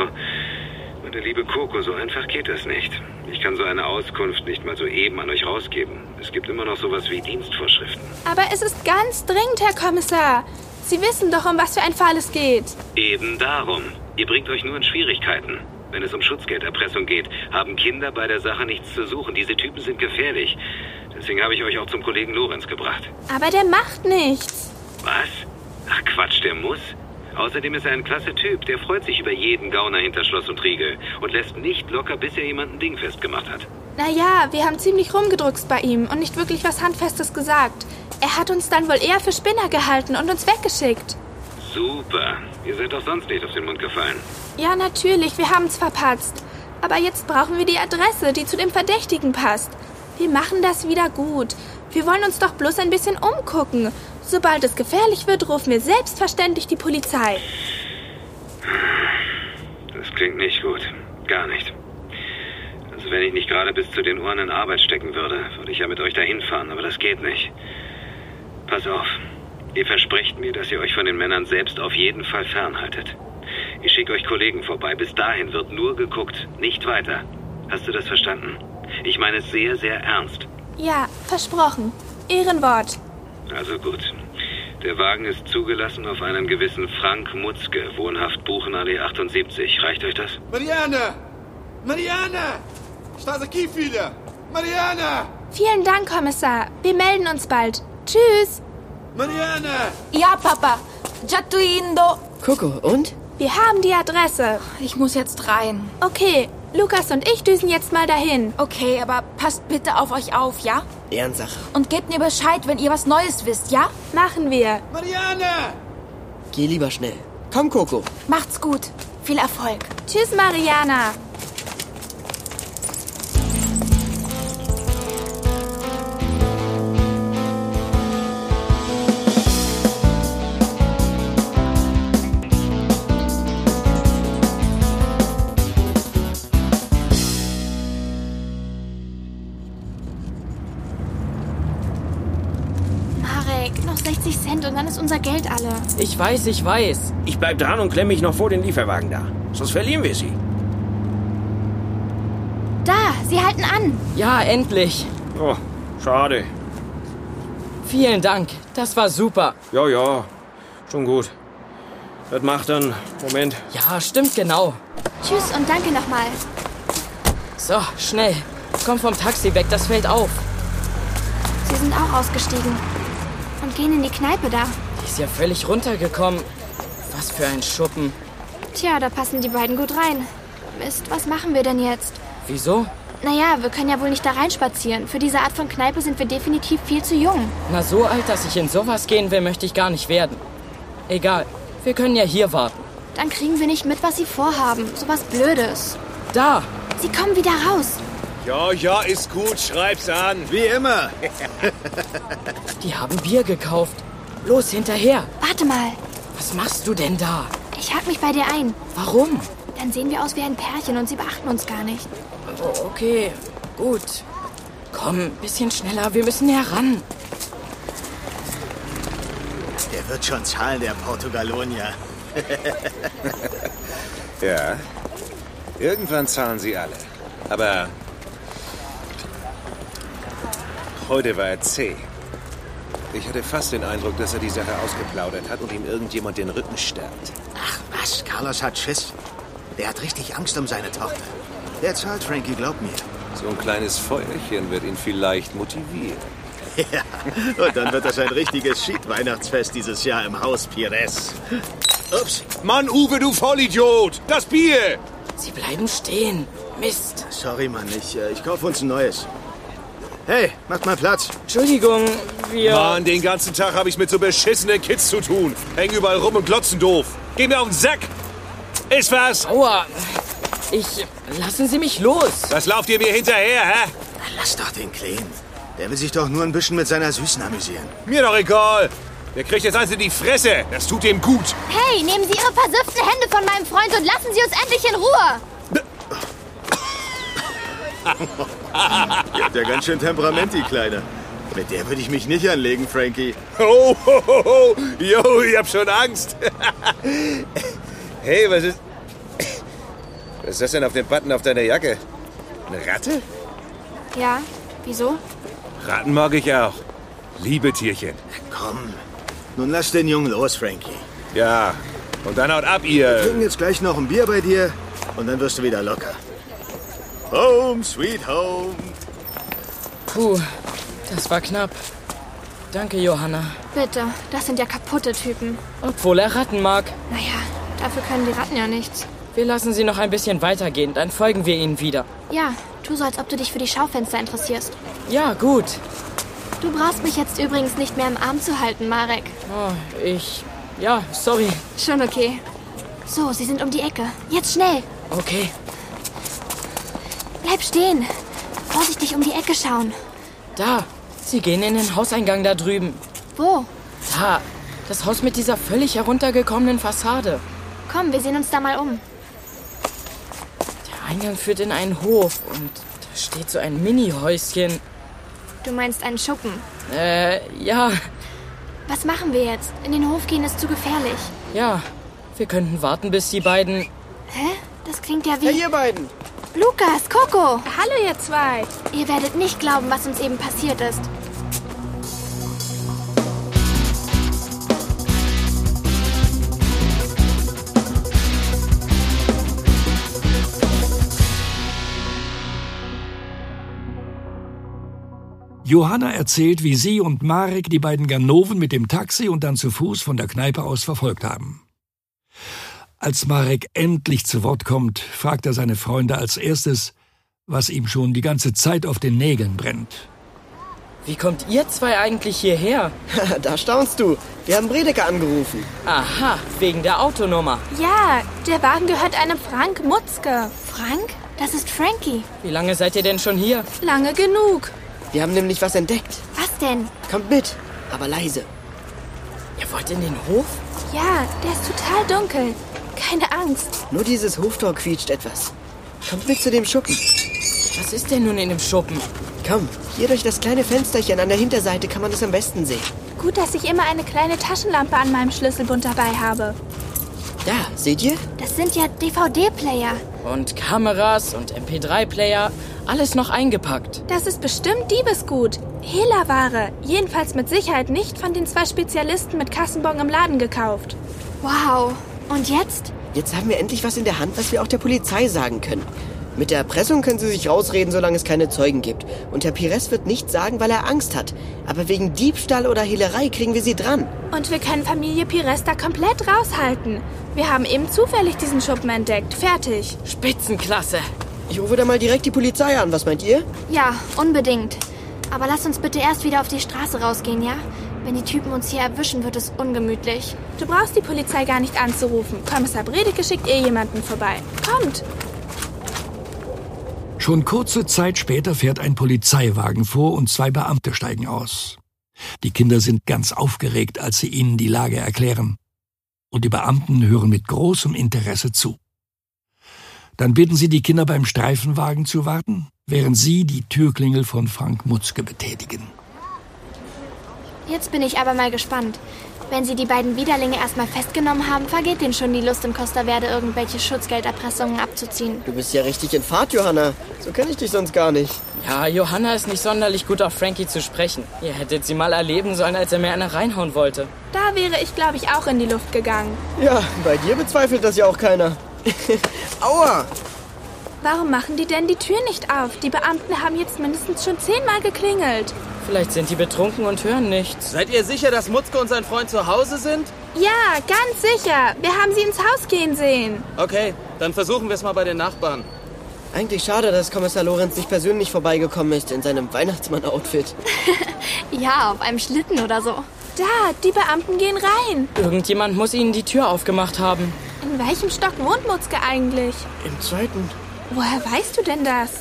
[SPEAKER 19] meine liebe Coco, so einfach geht das nicht. Ich kann so eine Auskunft nicht mal so eben an euch rausgeben. Es gibt immer noch sowas wie Dienstvorschriften.
[SPEAKER 7] Aber es ist ganz dringend, Herr Kommissar. Sie wissen doch, um was für ein Fall es geht.
[SPEAKER 19] Eben darum. Ihr bringt euch nur in Schwierigkeiten. Wenn es um Schutzgelderpressung geht, haben Kinder bei der Sache nichts zu suchen. Diese Typen sind gefährlich. Deswegen habe ich euch auch zum Kollegen Lorenz gebracht.
[SPEAKER 7] Aber der macht nichts.
[SPEAKER 19] Was? Ach Quatsch, der muss. Außerdem ist er ein klasse Typ, der freut sich über jeden Gauner hinter Schloss und Riegel und lässt nicht locker, bis er jemanden dingfest gemacht hat.
[SPEAKER 7] Naja, wir haben ziemlich rumgedruckst bei ihm und nicht wirklich was Handfestes gesagt. Er hat uns dann wohl eher für Spinner gehalten und uns weggeschickt.
[SPEAKER 19] Super. Ihr seid doch sonst nicht auf den Mund gefallen.
[SPEAKER 7] Ja, natürlich, wir haben's verpatzt. Aber jetzt brauchen wir die Adresse, die zu dem Verdächtigen passt. Wir machen das wieder gut. Wir wollen uns doch bloß ein bisschen umgucken. Sobald es gefährlich wird, rufen wir selbstverständlich die Polizei.
[SPEAKER 19] Das klingt nicht gut. Gar nicht. Also wenn ich nicht gerade bis zu den Ohren in Arbeit stecken würde, würde ich ja mit euch dahin fahren, aber das geht nicht. Pass auf. Ihr versprecht mir, dass ihr euch von den Männern selbst auf jeden Fall fernhaltet. Ich schicke euch Kollegen vorbei. Bis dahin wird nur geguckt, nicht weiter. Hast du das verstanden? Ich meine es sehr, sehr ernst.
[SPEAKER 7] Ja, versprochen. Ehrenwort.
[SPEAKER 19] Also gut. Der Wagen ist zugelassen auf einen gewissen Frank Mutzke, wohnhaft Buchenallee 78. Reicht euch das?
[SPEAKER 5] Mariana! Mariana! Estás aqui, filha? Mariana!
[SPEAKER 7] Vielen Dank, Kommissar. Wir melden uns bald. Tschüss.
[SPEAKER 5] Mariana!
[SPEAKER 7] Ja, Papa. Jatuindo.
[SPEAKER 23] Coco, und?
[SPEAKER 7] Wir haben die Adresse.
[SPEAKER 18] Ich muss jetzt rein.
[SPEAKER 7] Okay, Lukas und ich düsen jetzt mal dahin.
[SPEAKER 18] Okay, aber passt bitte auf euch auf, ja?
[SPEAKER 23] Ehrensache.
[SPEAKER 18] Und gebt mir Bescheid, wenn ihr was Neues wisst, ja?
[SPEAKER 7] Machen wir.
[SPEAKER 18] Mariana!
[SPEAKER 23] Geh lieber schnell. Komm, Coco.
[SPEAKER 18] Macht's gut. Viel Erfolg.
[SPEAKER 7] Tschüss, Mariana.
[SPEAKER 24] Marek, noch 60 Cent und dann ist unser Geld alle.
[SPEAKER 8] Ich weiß, ich weiß.
[SPEAKER 22] Ich bleib dran und klemme mich noch vor den Lieferwagen da. Sonst verlieren wir sie.
[SPEAKER 24] Da, sie halten an.
[SPEAKER 8] Ja, endlich.
[SPEAKER 22] Oh, schade.
[SPEAKER 8] Vielen Dank. Das war super.
[SPEAKER 22] Ja, ja. Schon gut. Das macht dann. Moment.
[SPEAKER 8] Ja, stimmt genau.
[SPEAKER 24] Tschüss und danke nochmal.
[SPEAKER 8] So, schnell. Komm vom Taxi weg, das fällt auf.
[SPEAKER 24] Sie sind auch ausgestiegen und gehen in die Kneipe da.
[SPEAKER 8] Die ist ja völlig runtergekommen. Was für ein Schuppen.
[SPEAKER 24] Tja, da passen die beiden gut rein. Mist, was machen wir denn jetzt?
[SPEAKER 8] Wieso?
[SPEAKER 24] Naja, wir können ja wohl nicht da reinspazieren. Für diese Art von Kneipe sind wir definitiv viel zu jung.
[SPEAKER 8] Na, so alt, dass ich in sowas gehen will, möchte ich gar nicht werden. Egal, wir können ja hier warten.
[SPEAKER 24] Dann kriegen wir nicht mit, was sie vorhaben. Sowas Blödes.
[SPEAKER 8] Da!
[SPEAKER 24] Sie kommen wieder raus.
[SPEAKER 3] Ja, ja, ist gut, schreib's an.
[SPEAKER 4] Wie immer.
[SPEAKER 8] Die haben Bier gekauft. Los, hinterher!
[SPEAKER 24] Warte mal.
[SPEAKER 8] Was machst du denn da?
[SPEAKER 24] Ich hake mich bei dir ein.
[SPEAKER 8] Warum?
[SPEAKER 24] Dann sehen wir aus wie ein Pärchen und sie beachten uns gar nicht.
[SPEAKER 8] Oh, okay, gut. Komm, bisschen schneller, wir müssen näher ran.
[SPEAKER 4] Der wird schon zahlen, der Portugalonier.
[SPEAKER 3] Ja. Irgendwann zahlen sie alle. Aber heute war er zäh. Ich hatte fast den Eindruck, dass er die Sache ausgeplaudert hat und ihm irgendjemand den Rücken stärkt.
[SPEAKER 4] Was? Carlos hat Schiss. Der hat richtig Angst um seine Tochter. Der zahlt, Frankie, glaub mir.
[SPEAKER 3] So ein kleines Feuerchen wird ihn vielleicht motivieren.
[SPEAKER 4] Ja, und dann wird das ein richtiges Schied-Weihnachtsfest dieses Jahr im Haus Pires. Ups.
[SPEAKER 3] Mann, Uwe, du Vollidiot! Das Bier!
[SPEAKER 8] Sie bleiben stehen. Mist.
[SPEAKER 4] Sorry, Mann, ich, äh, ich kaufe uns ein neues. Hey, macht mal Platz.
[SPEAKER 8] Entschuldigung, wir.
[SPEAKER 3] Mann, den ganzen Tag habe ich mit so beschissenen Kids zu tun. Hängen überall rum und glotzen doof. Geh mir auf den Sack! Ist was?
[SPEAKER 8] Aua. Ich. Lassen Sie mich los.
[SPEAKER 3] Was lauft ihr mir hinterher, hä?
[SPEAKER 21] Lass doch den Kleen. Der will sich doch nur ein bisschen mit seiner Süßen amüsieren.
[SPEAKER 3] Mir doch egal. Der kriegt jetzt eins in die Fresse. Das tut ihm gut.
[SPEAKER 12] Hey, nehmen Sie Ihre versifften Hände von meinem Freund und lassen Sie uns endlich in Ruhe.
[SPEAKER 21] Die hat ja ganz schön Temperament, die Kleine. Mit der würde ich mich nicht anlegen, Frankie.
[SPEAKER 3] Oh, ho, ho, ho. Jo, ich hab schon Angst. hey, was ist. Was ist das denn auf dem Button auf deiner Jacke? Eine Ratte?
[SPEAKER 7] Ja, wieso?
[SPEAKER 3] Ratten mag ich auch. Liebe Tierchen.
[SPEAKER 21] Komm, nun lass den Jungen los, Frankie.
[SPEAKER 3] Ja. Und dann haut ab,
[SPEAKER 21] Wir
[SPEAKER 3] ihr.
[SPEAKER 21] trinken jetzt gleich noch ein Bier bei dir und dann wirst du wieder locker. Home, sweet home.
[SPEAKER 8] Puh, das war knapp. Danke, Johanna.
[SPEAKER 7] Bitte, das sind ja kaputte Typen.
[SPEAKER 8] Obwohl er Ratten mag.
[SPEAKER 7] Naja, dafür können die Ratten ja nichts.
[SPEAKER 8] Wir lassen sie noch ein bisschen weitergehen, dann folgen wir ihnen wieder.
[SPEAKER 12] Ja, tu so, als ob du dich für die Schaufenster interessierst.
[SPEAKER 8] Ja, gut.
[SPEAKER 12] Du brauchst mich jetzt übrigens nicht mehr im Arm zu halten, Marek.
[SPEAKER 8] Oh, ich. Ja, sorry.
[SPEAKER 12] Schon okay. So, sie sind um die Ecke. Jetzt schnell.
[SPEAKER 8] Okay.
[SPEAKER 12] Bleib stehen. Vorsichtig um die Ecke schauen.
[SPEAKER 8] Da, sie gehen in den Hauseingang da drüben.
[SPEAKER 12] Wo?
[SPEAKER 8] Da, das Haus mit dieser völlig heruntergekommenen Fassade.
[SPEAKER 12] Komm, wir sehen uns da mal um.
[SPEAKER 8] Der Eingang führt in einen Hof und da steht so ein Mini-Häuschen.
[SPEAKER 12] Du meinst einen Schuppen.
[SPEAKER 8] Äh, ja,
[SPEAKER 12] Was machen wir jetzt? In den Hof gehen ist zu gefährlich.
[SPEAKER 8] ja. Wir könnten warten, bis die beiden.
[SPEAKER 12] Hä? Das klingt ja wie...
[SPEAKER 8] ihr beiden.
[SPEAKER 12] Lukas, Coco!
[SPEAKER 7] Hallo, ihr zwei.
[SPEAKER 12] Ihr werdet nicht glauben, was uns eben passiert ist.
[SPEAKER 10] Johanna erzählt, wie sie und Marek die beiden Ganoven mit dem Taxi und dann zu Fuß von der Kneipe aus verfolgt haben. Als Marek endlich zu Wort kommt, fragt er seine Freunde als erstes, was ihm schon die ganze Zeit auf den Nägeln brennt.
[SPEAKER 8] Wie kommt ihr zwei eigentlich hierher?
[SPEAKER 6] da staunst du. Wir haben Bredeker angerufen.
[SPEAKER 8] Aha, Ah, wegen der Autonummer.
[SPEAKER 7] Ja, der Wagen gehört einem Frank Mutzke.
[SPEAKER 12] Frank? Das ist Frankie.
[SPEAKER 8] Wie lange seid ihr denn schon hier?
[SPEAKER 7] Lange genug.
[SPEAKER 6] Wir haben nämlich was entdeckt.
[SPEAKER 12] Was denn?
[SPEAKER 6] Kommt mit, aber leise.
[SPEAKER 8] Ihr wollt in den Hof?
[SPEAKER 7] Ja, der ist total dunkel. Keine Angst.
[SPEAKER 6] Nur dieses Hoftor quietscht etwas. Kommt mit zu dem Schuppen.
[SPEAKER 8] Was ist denn nun in dem Schuppen?
[SPEAKER 6] Komm, hier durch das kleine Fensterchen an der Hinterseite kann man das am besten sehen.
[SPEAKER 7] Gut, dass ich immer eine kleine Taschenlampe an meinem Schlüsselbund dabei habe.
[SPEAKER 6] Da, seht ihr?
[SPEAKER 12] Das sind ja DVD-Player.
[SPEAKER 8] Und Kameras und MP3-Player, alles noch eingepackt.
[SPEAKER 7] Das ist bestimmt Diebesgut. Hehlerware. Jedenfalls mit Sicherheit nicht von den zwei Spezialisten mit Kassenbon im Laden gekauft.
[SPEAKER 12] Wow. Und jetzt?
[SPEAKER 6] Jetzt haben wir endlich was in der Hand, was wir auch der Polizei sagen können. Mit der Erpressung können sie sich rausreden, solange es keine Zeugen gibt. Und Herr Pires wird nichts sagen, weil er Angst hat. Aber wegen Diebstahl oder Hehlerei kriegen wir sie dran.
[SPEAKER 7] Und wir können Familie Piresta komplett raushalten. Wir haben eben zufällig diesen Schuppen entdeckt. Fertig.
[SPEAKER 8] Spitzenklasse.
[SPEAKER 6] Ich rufe da mal direkt die Polizei an, was meint ihr?
[SPEAKER 12] Ja, unbedingt. Aber lass uns bitte erst wieder auf die Straße rausgehen, ja? Wenn die Typen uns hier erwischen, wird es ungemütlich.
[SPEAKER 7] Du brauchst die Polizei gar nicht anzurufen. Kommissar Bredeke schickt eh jemanden vorbei. Kommt.
[SPEAKER 10] Schon kurze Zeit später fährt ein Polizeiwagen vor und zwei Beamte steigen aus. Die Kinder sind ganz aufgeregt, als sie ihnen die Lage erklären. Und die Beamten hören mit großem Interesse zu. Dann bitten sie die Kinder beim Streifenwagen zu warten, während sie die Türklingel von Frank Mutzke betätigen.
[SPEAKER 12] Jetzt bin ich aber mal gespannt. Wenn Sie die beiden Widerlinge erstmal festgenommen haben, vergeht denen schon die Lust, in Costa Verde irgendwelche Schutzgelderpressungen abzuziehen.
[SPEAKER 6] Du bist ja richtig in Fahrt, Johanna. So kenne ich dich sonst gar nicht.
[SPEAKER 8] Ja, Johanna ist nicht sonderlich gut auf Frankie zu sprechen. Ihr hättet sie mal erleben sollen, als er mir eine reinhauen wollte.
[SPEAKER 7] Da wäre ich, glaube ich, auch in die Luft gegangen.
[SPEAKER 6] Ja, bei dir bezweifelt das ja auch keiner. Aua!
[SPEAKER 7] Warum machen die denn die Tür nicht auf? Die Beamten haben jetzt mindestens schon zehnmal geklingelt.
[SPEAKER 8] Vielleicht sind die betrunken und hören nichts.
[SPEAKER 6] Seid ihr sicher, dass Mutzke und sein Freund zu Hause sind?
[SPEAKER 7] Ja, ganz sicher. Wir haben sie ins Haus gehen sehen.
[SPEAKER 6] Okay, dann versuchen wir es mal bei den Nachbarn. Eigentlich schade, dass Kommissar Lorenz nicht persönlich vorbeigekommen ist in seinem Weihnachtsmann-Outfit.
[SPEAKER 12] Ja, auf einem Schlitten oder so.
[SPEAKER 7] Da, die Beamten gehen rein.
[SPEAKER 8] Irgendjemand muss ihnen die Tür aufgemacht haben.
[SPEAKER 7] In welchem Stock wohnt Mutzke eigentlich?
[SPEAKER 6] Im zweiten. Äh,
[SPEAKER 7] Woher weißt du denn das?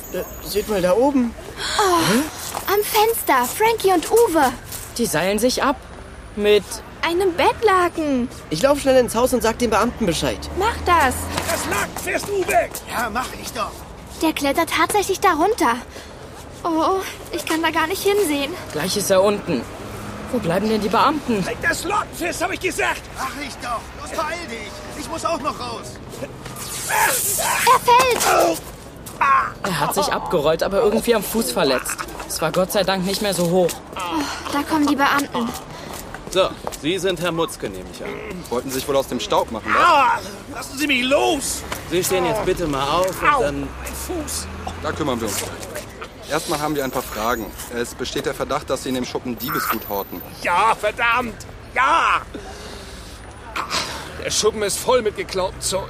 [SPEAKER 6] Seht mal da oben.
[SPEAKER 12] Oh,
[SPEAKER 7] am Fenster, Frankie und Uwe.
[SPEAKER 6] Die seilen sich ab. Mit
[SPEAKER 7] einem Bettlaken.
[SPEAKER 6] Ich laufe schnell ins Haus und sag dem Beamten Bescheid.
[SPEAKER 7] Mach das.
[SPEAKER 4] Das Lack fährst du weg! Ja, mach ich doch!
[SPEAKER 12] Der klettert tatsächlich darunter. Oh, ich kann da gar nicht hinsehen.
[SPEAKER 8] Gleich ist er unten. Wo bleiben denn die Beamten?
[SPEAKER 4] Krieg das Lockenfest, habe ich gesagt! Mach ich doch! Los, beeil dich! Ich muss auch noch raus!
[SPEAKER 12] Er fällt!
[SPEAKER 8] Er hat sich abgerollt, aber irgendwie am Fuß verletzt. Es war Gott sei Dank nicht mehr so hoch.
[SPEAKER 12] Oh, da kommen die Beamten.
[SPEAKER 2] So, Sie sind Herr Mutzke, nehme ich an. Wollten sich wohl aus dem Staub machen, ne?
[SPEAKER 4] Ah, lassen Sie mich los! Oh.
[SPEAKER 2] Sie stehen jetzt bitte mal auf
[SPEAKER 4] Au,
[SPEAKER 2] und dann...
[SPEAKER 4] mein Fuß!
[SPEAKER 2] Da kümmern wir uns.
[SPEAKER 4] Erstmal
[SPEAKER 2] haben wir ein paar Fragen. Es besteht der Verdacht, dass Sie in dem Schuppen Diebesgut horten.
[SPEAKER 9] Ja, verdammt! Ja! Der Schuppen ist voll mit geklautem Zeug.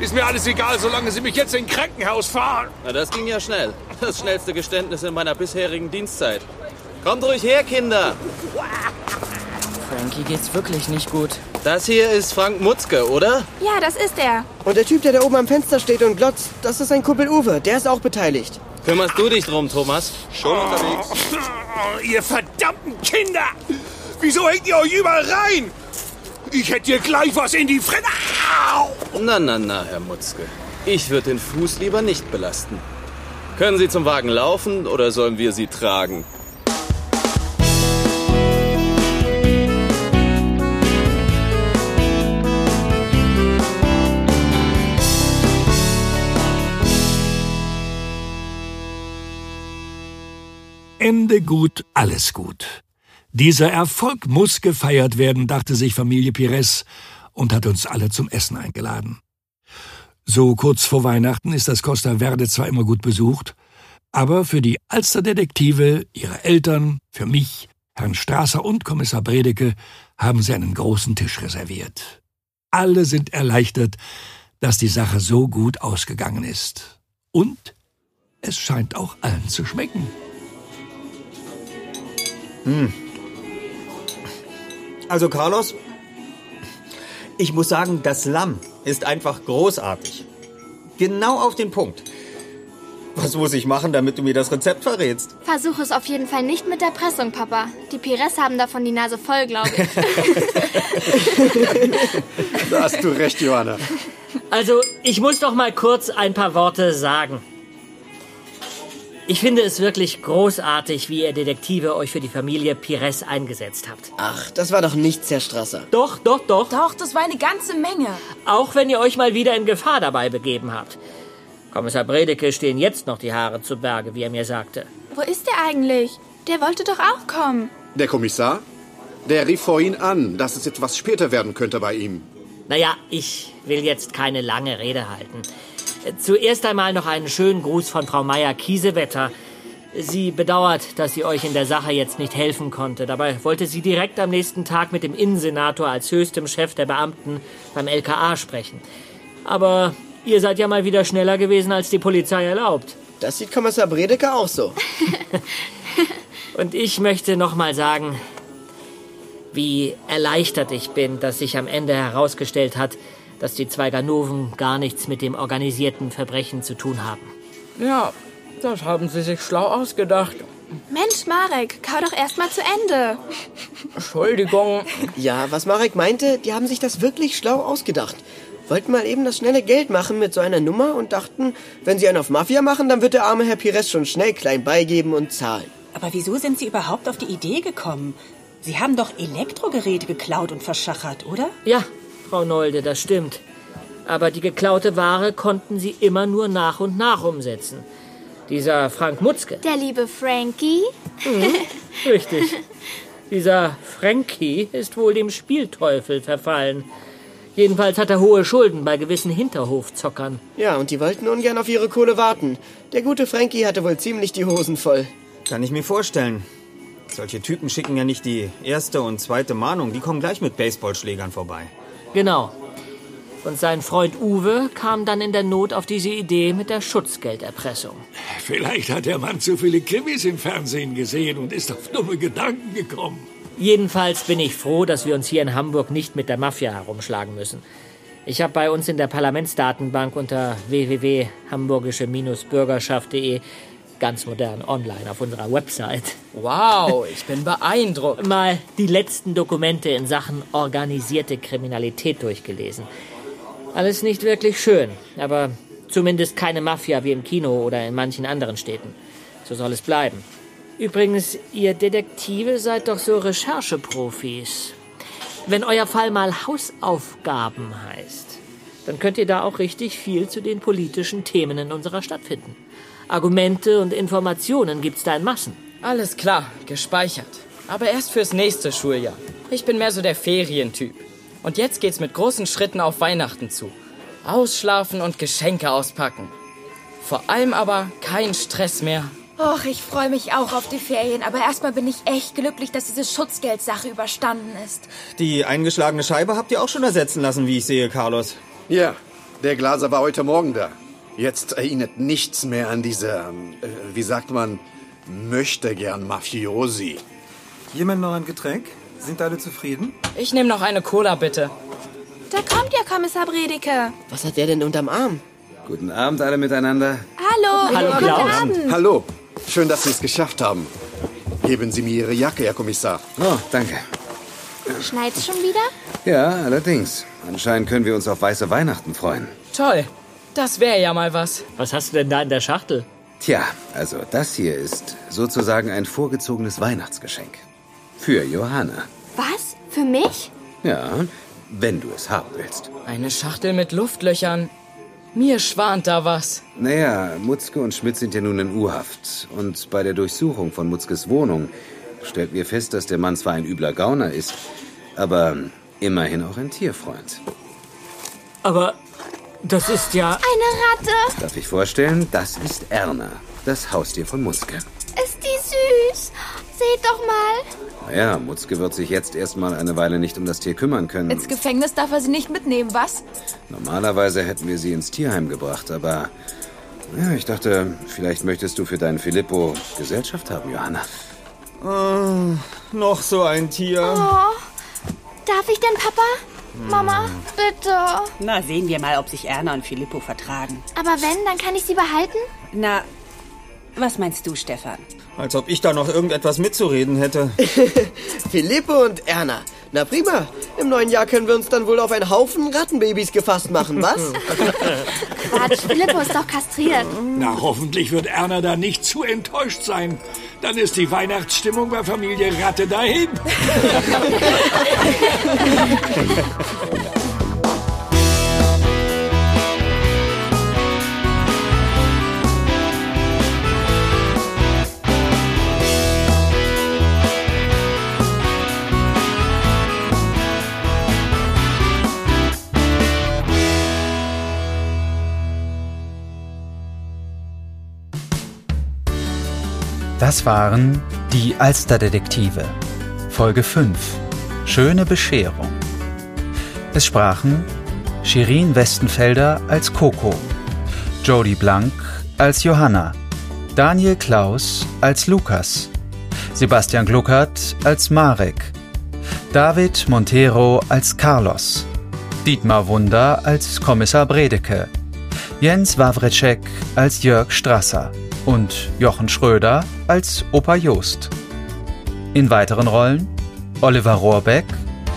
[SPEAKER 9] Ist mir alles egal, solange Sie mich jetzt in ein Krankenhaus fahren.
[SPEAKER 2] Na, das ging ja schnell. Das schnellste Geständnis in meiner bisherigen Dienstzeit. Kommt ruhig her, Kinder!
[SPEAKER 8] Frankie geht's wirklich nicht gut.
[SPEAKER 2] Das hier ist Frank Mutzke, oder?
[SPEAKER 7] Ja, das ist er.
[SPEAKER 6] Und der Typ, der da oben am Fenster steht und glotzt, das ist sein Kumpel Uwe. Der ist auch beteiligt.
[SPEAKER 2] Kümmerst du dich drum, Thomas? Schon unterwegs.
[SPEAKER 9] Oh, ihr verdammten Kinder! Wieso hängt ihr euch überall rein? Ich hätte dir gleich was in die Fresse... Au!
[SPEAKER 2] Na, na, na, Herr Mutzke. Ich würde den Fuß lieber nicht belasten. Können Sie zum Wagen laufen oder sollen wir Sie tragen?
[SPEAKER 10] Ende gut, alles gut. Dieser Erfolg muss gefeiert werden, dachte sich Familie Pires und hat uns alle zum Essen eingeladen. So kurz vor Weihnachten ist das Costa Verde zwar immer gut besucht, aber für die Alsterdetektive, ihre Eltern, für mich, Herrn Strasser und Kommissar Bredeke haben sie einen großen Tisch reserviert. Alle sind erleichtert, dass die Sache so gut ausgegangen ist. Und es scheint auch allen zu schmecken.
[SPEAKER 11] Hm. Also Carlos, ich muss sagen, das Lamm ist einfach großartig. Genau auf den Punkt. Was muss ich machen, damit du mir das Rezept verrätst?
[SPEAKER 12] Versuch es auf jeden Fall nicht mit der Pressung, Papa. Die Pires haben davon die Nase voll, glaube ich.
[SPEAKER 14] Da hast du recht, Johanna. Also, ich muss doch mal kurz ein paar Worte sagen. Ich finde es wirklich großartig, wie ihr Detektive euch für die Familie Pires eingesetzt habt.
[SPEAKER 6] Ach, das war doch nichts, Herr Strasser.
[SPEAKER 14] Doch, doch, doch.
[SPEAKER 18] Doch, das war eine ganze Menge.
[SPEAKER 14] Auch wenn ihr euch mal wieder in Gefahr dabei begeben habt. Kommissar Bredeke stehen jetzt noch die Haare zu Berge, wie er mir sagte.
[SPEAKER 7] Wo ist der eigentlich? Der wollte doch auch kommen.
[SPEAKER 5] Der Kommissar? Der rief vorhin an, dass es etwas später werden könnte bei ihm.
[SPEAKER 14] Naja, ich will jetzt keine lange Rede halten. Zuerst einmal noch einen schönen Gruß von Frau Meier Kiesewetter. Sie bedauert, dass sie euch in der Sache jetzt nicht helfen konnte. Dabei wollte sie direkt am nächsten Tag mit dem Innensenator als höchstem Chef der Beamten beim LKA sprechen. Aber ihr seid ja mal wieder schneller gewesen, als die Polizei erlaubt.
[SPEAKER 6] Das sieht Kommissar Bredeke auch so.
[SPEAKER 14] Und ich möchte nochmal sagen, wie erleichtert ich bin, dass sich am Ende herausgestellt hat, dass die zwei Ganoven gar nichts mit dem organisierten Verbrechen zu tun haben.
[SPEAKER 8] Ja, das haben sie sich schlau ausgedacht.
[SPEAKER 7] Mensch, Marek, kau doch erst mal zu Ende.
[SPEAKER 6] Entschuldigung. Ja, was Marek meinte, die haben sich das wirklich schlau ausgedacht. Wollten mal eben das schnelle Geld machen mit so einer Nummer und dachten, wenn sie einen auf Mafia machen, dann wird der arme Herr Pires schon schnell klein beigeben und zahlen.
[SPEAKER 25] Aber wieso sind Sie überhaupt auf die Idee gekommen? Sie haben doch Elektrogeräte geklaut und verschachert, oder?
[SPEAKER 14] Ja, Frau Nolde, das stimmt. Aber die geklaute Ware konnten sie immer nur nach und nach umsetzen. Dieser Frank Mutzke.
[SPEAKER 12] Der liebe Frankie.
[SPEAKER 14] Mhm, richtig. Dieser Frankie ist wohl dem Spielteufel verfallen. Jedenfalls hat er hohe Schulden bei gewissen Hinterhofzockern.
[SPEAKER 6] Ja, und die wollten ungern auf ihre Kohle warten. Der gute Frankie hatte wohl ziemlich die Hosen voll.
[SPEAKER 11] Kann ich mir vorstellen. Solche Typen schicken ja nicht die erste und zweite Mahnung. Die kommen gleich mit Baseballschlägern vorbei.
[SPEAKER 14] Genau. Und sein Freund Uwe kam dann in der Not auf diese Idee mit der Schutzgelderpressung.
[SPEAKER 10] Vielleicht hat der Mann zu viele Krimis im Fernsehen gesehen und ist auf dumme Gedanken gekommen.
[SPEAKER 14] Jedenfalls bin ich froh, dass wir uns hier in Hamburg nicht mit der Mafia herumschlagen müssen. Ich habe bei uns in der Parlamentsdatenbank unter www.hamburgische-bürgerschaft.de ganz modern online auf unserer Website.
[SPEAKER 8] Wow, ich bin beeindruckt.
[SPEAKER 14] Mal die letzten Dokumente in Sachen organisierte Kriminalität durchgelesen. Alles nicht wirklich schön, aber zumindest keine Mafia wie im Kino oder in manchen anderen Städten. So soll es bleiben. Übrigens, ihr Detektive seid doch so Rechercheprofis. Wenn euer Fall mal Hausaufgaben heißt, dann könnt ihr da auch richtig viel zu den politischen Themen in unserer Stadt finden. Argumente und Informationen gibt's da in Massen.
[SPEAKER 8] Alles klar, gespeichert. Aber erst fürs nächste Schuljahr. Ich bin mehr so der Ferientyp. Und jetzt geht's mit großen Schritten auf Weihnachten zu. Ausschlafen und Geschenke auspacken. Vor allem aber kein Stress mehr.
[SPEAKER 18] Och, ich freue mich auch auf die Ferien, aber erstmal bin ich echt glücklich, dass diese Schutzgeldsache überstanden ist.
[SPEAKER 11] Die eingeschlagene Scheibe habt ihr auch schon ersetzen lassen, wie ich sehe, Carlos.
[SPEAKER 5] Ja, der Glaser war heute Morgen da. Jetzt erinnert nichts mehr an diese, ähm, äh, wie sagt man, möchte gern Mafiosi.
[SPEAKER 13] Jemand noch ein Getränk? Sind alle zufrieden?
[SPEAKER 8] Ich nehme noch eine Cola, bitte.
[SPEAKER 7] Da kommt ja Kommissar Bredeke.
[SPEAKER 6] Was hat der denn unterm Arm?
[SPEAKER 19] Guten Abend alle miteinander.
[SPEAKER 7] Hallo.
[SPEAKER 19] Hallo,
[SPEAKER 7] Guten
[SPEAKER 19] Klaus.
[SPEAKER 7] Oh, Abend.
[SPEAKER 5] Hallo, schön, dass Sie es geschafft haben. Geben Sie mir Ihre Jacke, Herr Kommissar.
[SPEAKER 19] Oh, danke.
[SPEAKER 12] Schneit's schon wieder?
[SPEAKER 19] Ja, allerdings. Anscheinend können wir uns auf weiße Weihnachten freuen.
[SPEAKER 8] Toll. Das wäre ja mal was.
[SPEAKER 14] Was hast du denn da in der Schachtel?
[SPEAKER 19] Tja, also das hier ist sozusagen ein vorgezogenes Weihnachtsgeschenk. Für Johanna.
[SPEAKER 7] Was? Für mich?
[SPEAKER 19] Ja, wenn du es haben willst.
[SPEAKER 8] Eine Schachtel mit Luftlöchern. Mir schwant da was.
[SPEAKER 19] Naja, Mutzke und Schmidt sind ja nun in U-Haft. Und bei der Durchsuchung von Mutzkes Wohnung stellten wir fest, dass der Mann zwar ein übler Gauner ist, aber immerhin auch ein Tierfreund.
[SPEAKER 14] Aber das ist ja.
[SPEAKER 12] Eine Ratte.
[SPEAKER 19] Darf ich vorstellen, das ist Erna, das Haustier von Mutzke.
[SPEAKER 12] Ist die süß? Seht doch mal.
[SPEAKER 19] Naja, Mutzke wird sich jetzt erstmal eine Weile nicht um das Tier kümmern können.
[SPEAKER 18] Ins Gefängnis darf er sie nicht mitnehmen, was?
[SPEAKER 19] Normalerweise hätten wir sie ins Tierheim gebracht, aber ja, ich dachte, vielleicht möchtest du für deinen Filippo Gesellschaft haben, Johanna.
[SPEAKER 11] Äh, noch so ein Tier.
[SPEAKER 12] Oh. Darf ich denn, Papa?
[SPEAKER 7] Oh,
[SPEAKER 12] Mama, bitte.
[SPEAKER 25] Hm. Na, sehen wir mal, ob sich Erna und Filippo vertragen.
[SPEAKER 12] Aber wenn, dann kann ich sie behalten?
[SPEAKER 25] Na, was meinst du, Stefan?
[SPEAKER 11] Als ob ich da noch irgendetwas mitzureden hätte.
[SPEAKER 6] Filippo und Erna. Na prima. Im neuen Jahr können wir uns dann wohl auf einen Haufen Rattenbabys gefasst machen, was?
[SPEAKER 12] Quatsch, Filippo ist doch kastriert.
[SPEAKER 13] Na, hoffentlich wird Erna da nicht zu enttäuscht sein. Dann ist die Weihnachtsstimmung bei Familie Ratte dahin.
[SPEAKER 1] Das waren die Alsterdetektive, Folge 5, Schöne Bescherung. Es sprachen Shirin Westenfelder als Coco, Jody Blank als Johanna, Daniel Klaus als Lukas, Sebastian Gluckert als Marek, David Montero als Carlos, Dietmar Wunder als Kommissar Bredeke, Jens Wawrecek als Jörg Strasser und Jochen Schröder als Opa Jost. In weiteren Rollen Oliver Rohrbeck,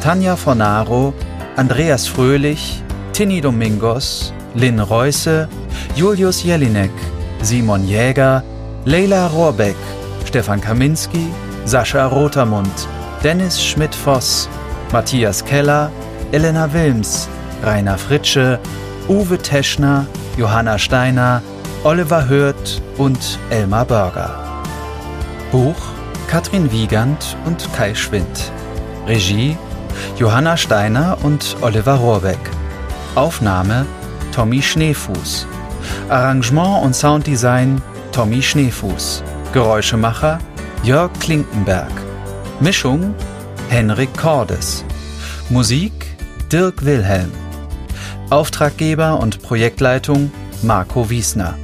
[SPEAKER 1] Tanja Fornaro, Andreas Fröhlich, Tini Domingos, Lynn Reuße, Julius Jelinek, Simon Jäger, Leila Rohrbeck, Stefan Kaminski, Sascha Rotermund, Dennis Schmidt-Voss, Matthias Keller, Elena Wilms, Rainer Fritsche, Uwe Teschner, Johanna Steiner, Oliver Hürth und Elmar Börger. Buch Katrin Wiegand und Kai Schwind. Regie Johanna Steiner und Oliver Rohrbeck. Aufnahme Tommy Schneefuß. Arrangement und Sounddesign Tommy Schneefuß. Geräuschemacher Jörg Klinkenberg. Mischung Henrik Cordes. Musik Dirk Wilhelm. Auftraggeber und Projektleitung Marco Wiesner.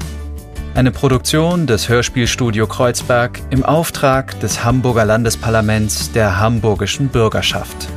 [SPEAKER 1] Eine Produktion des Hörspielstudio Kreuzberg im Auftrag des Hamburger Landesparlaments der hamburgischen Bürgerschaft.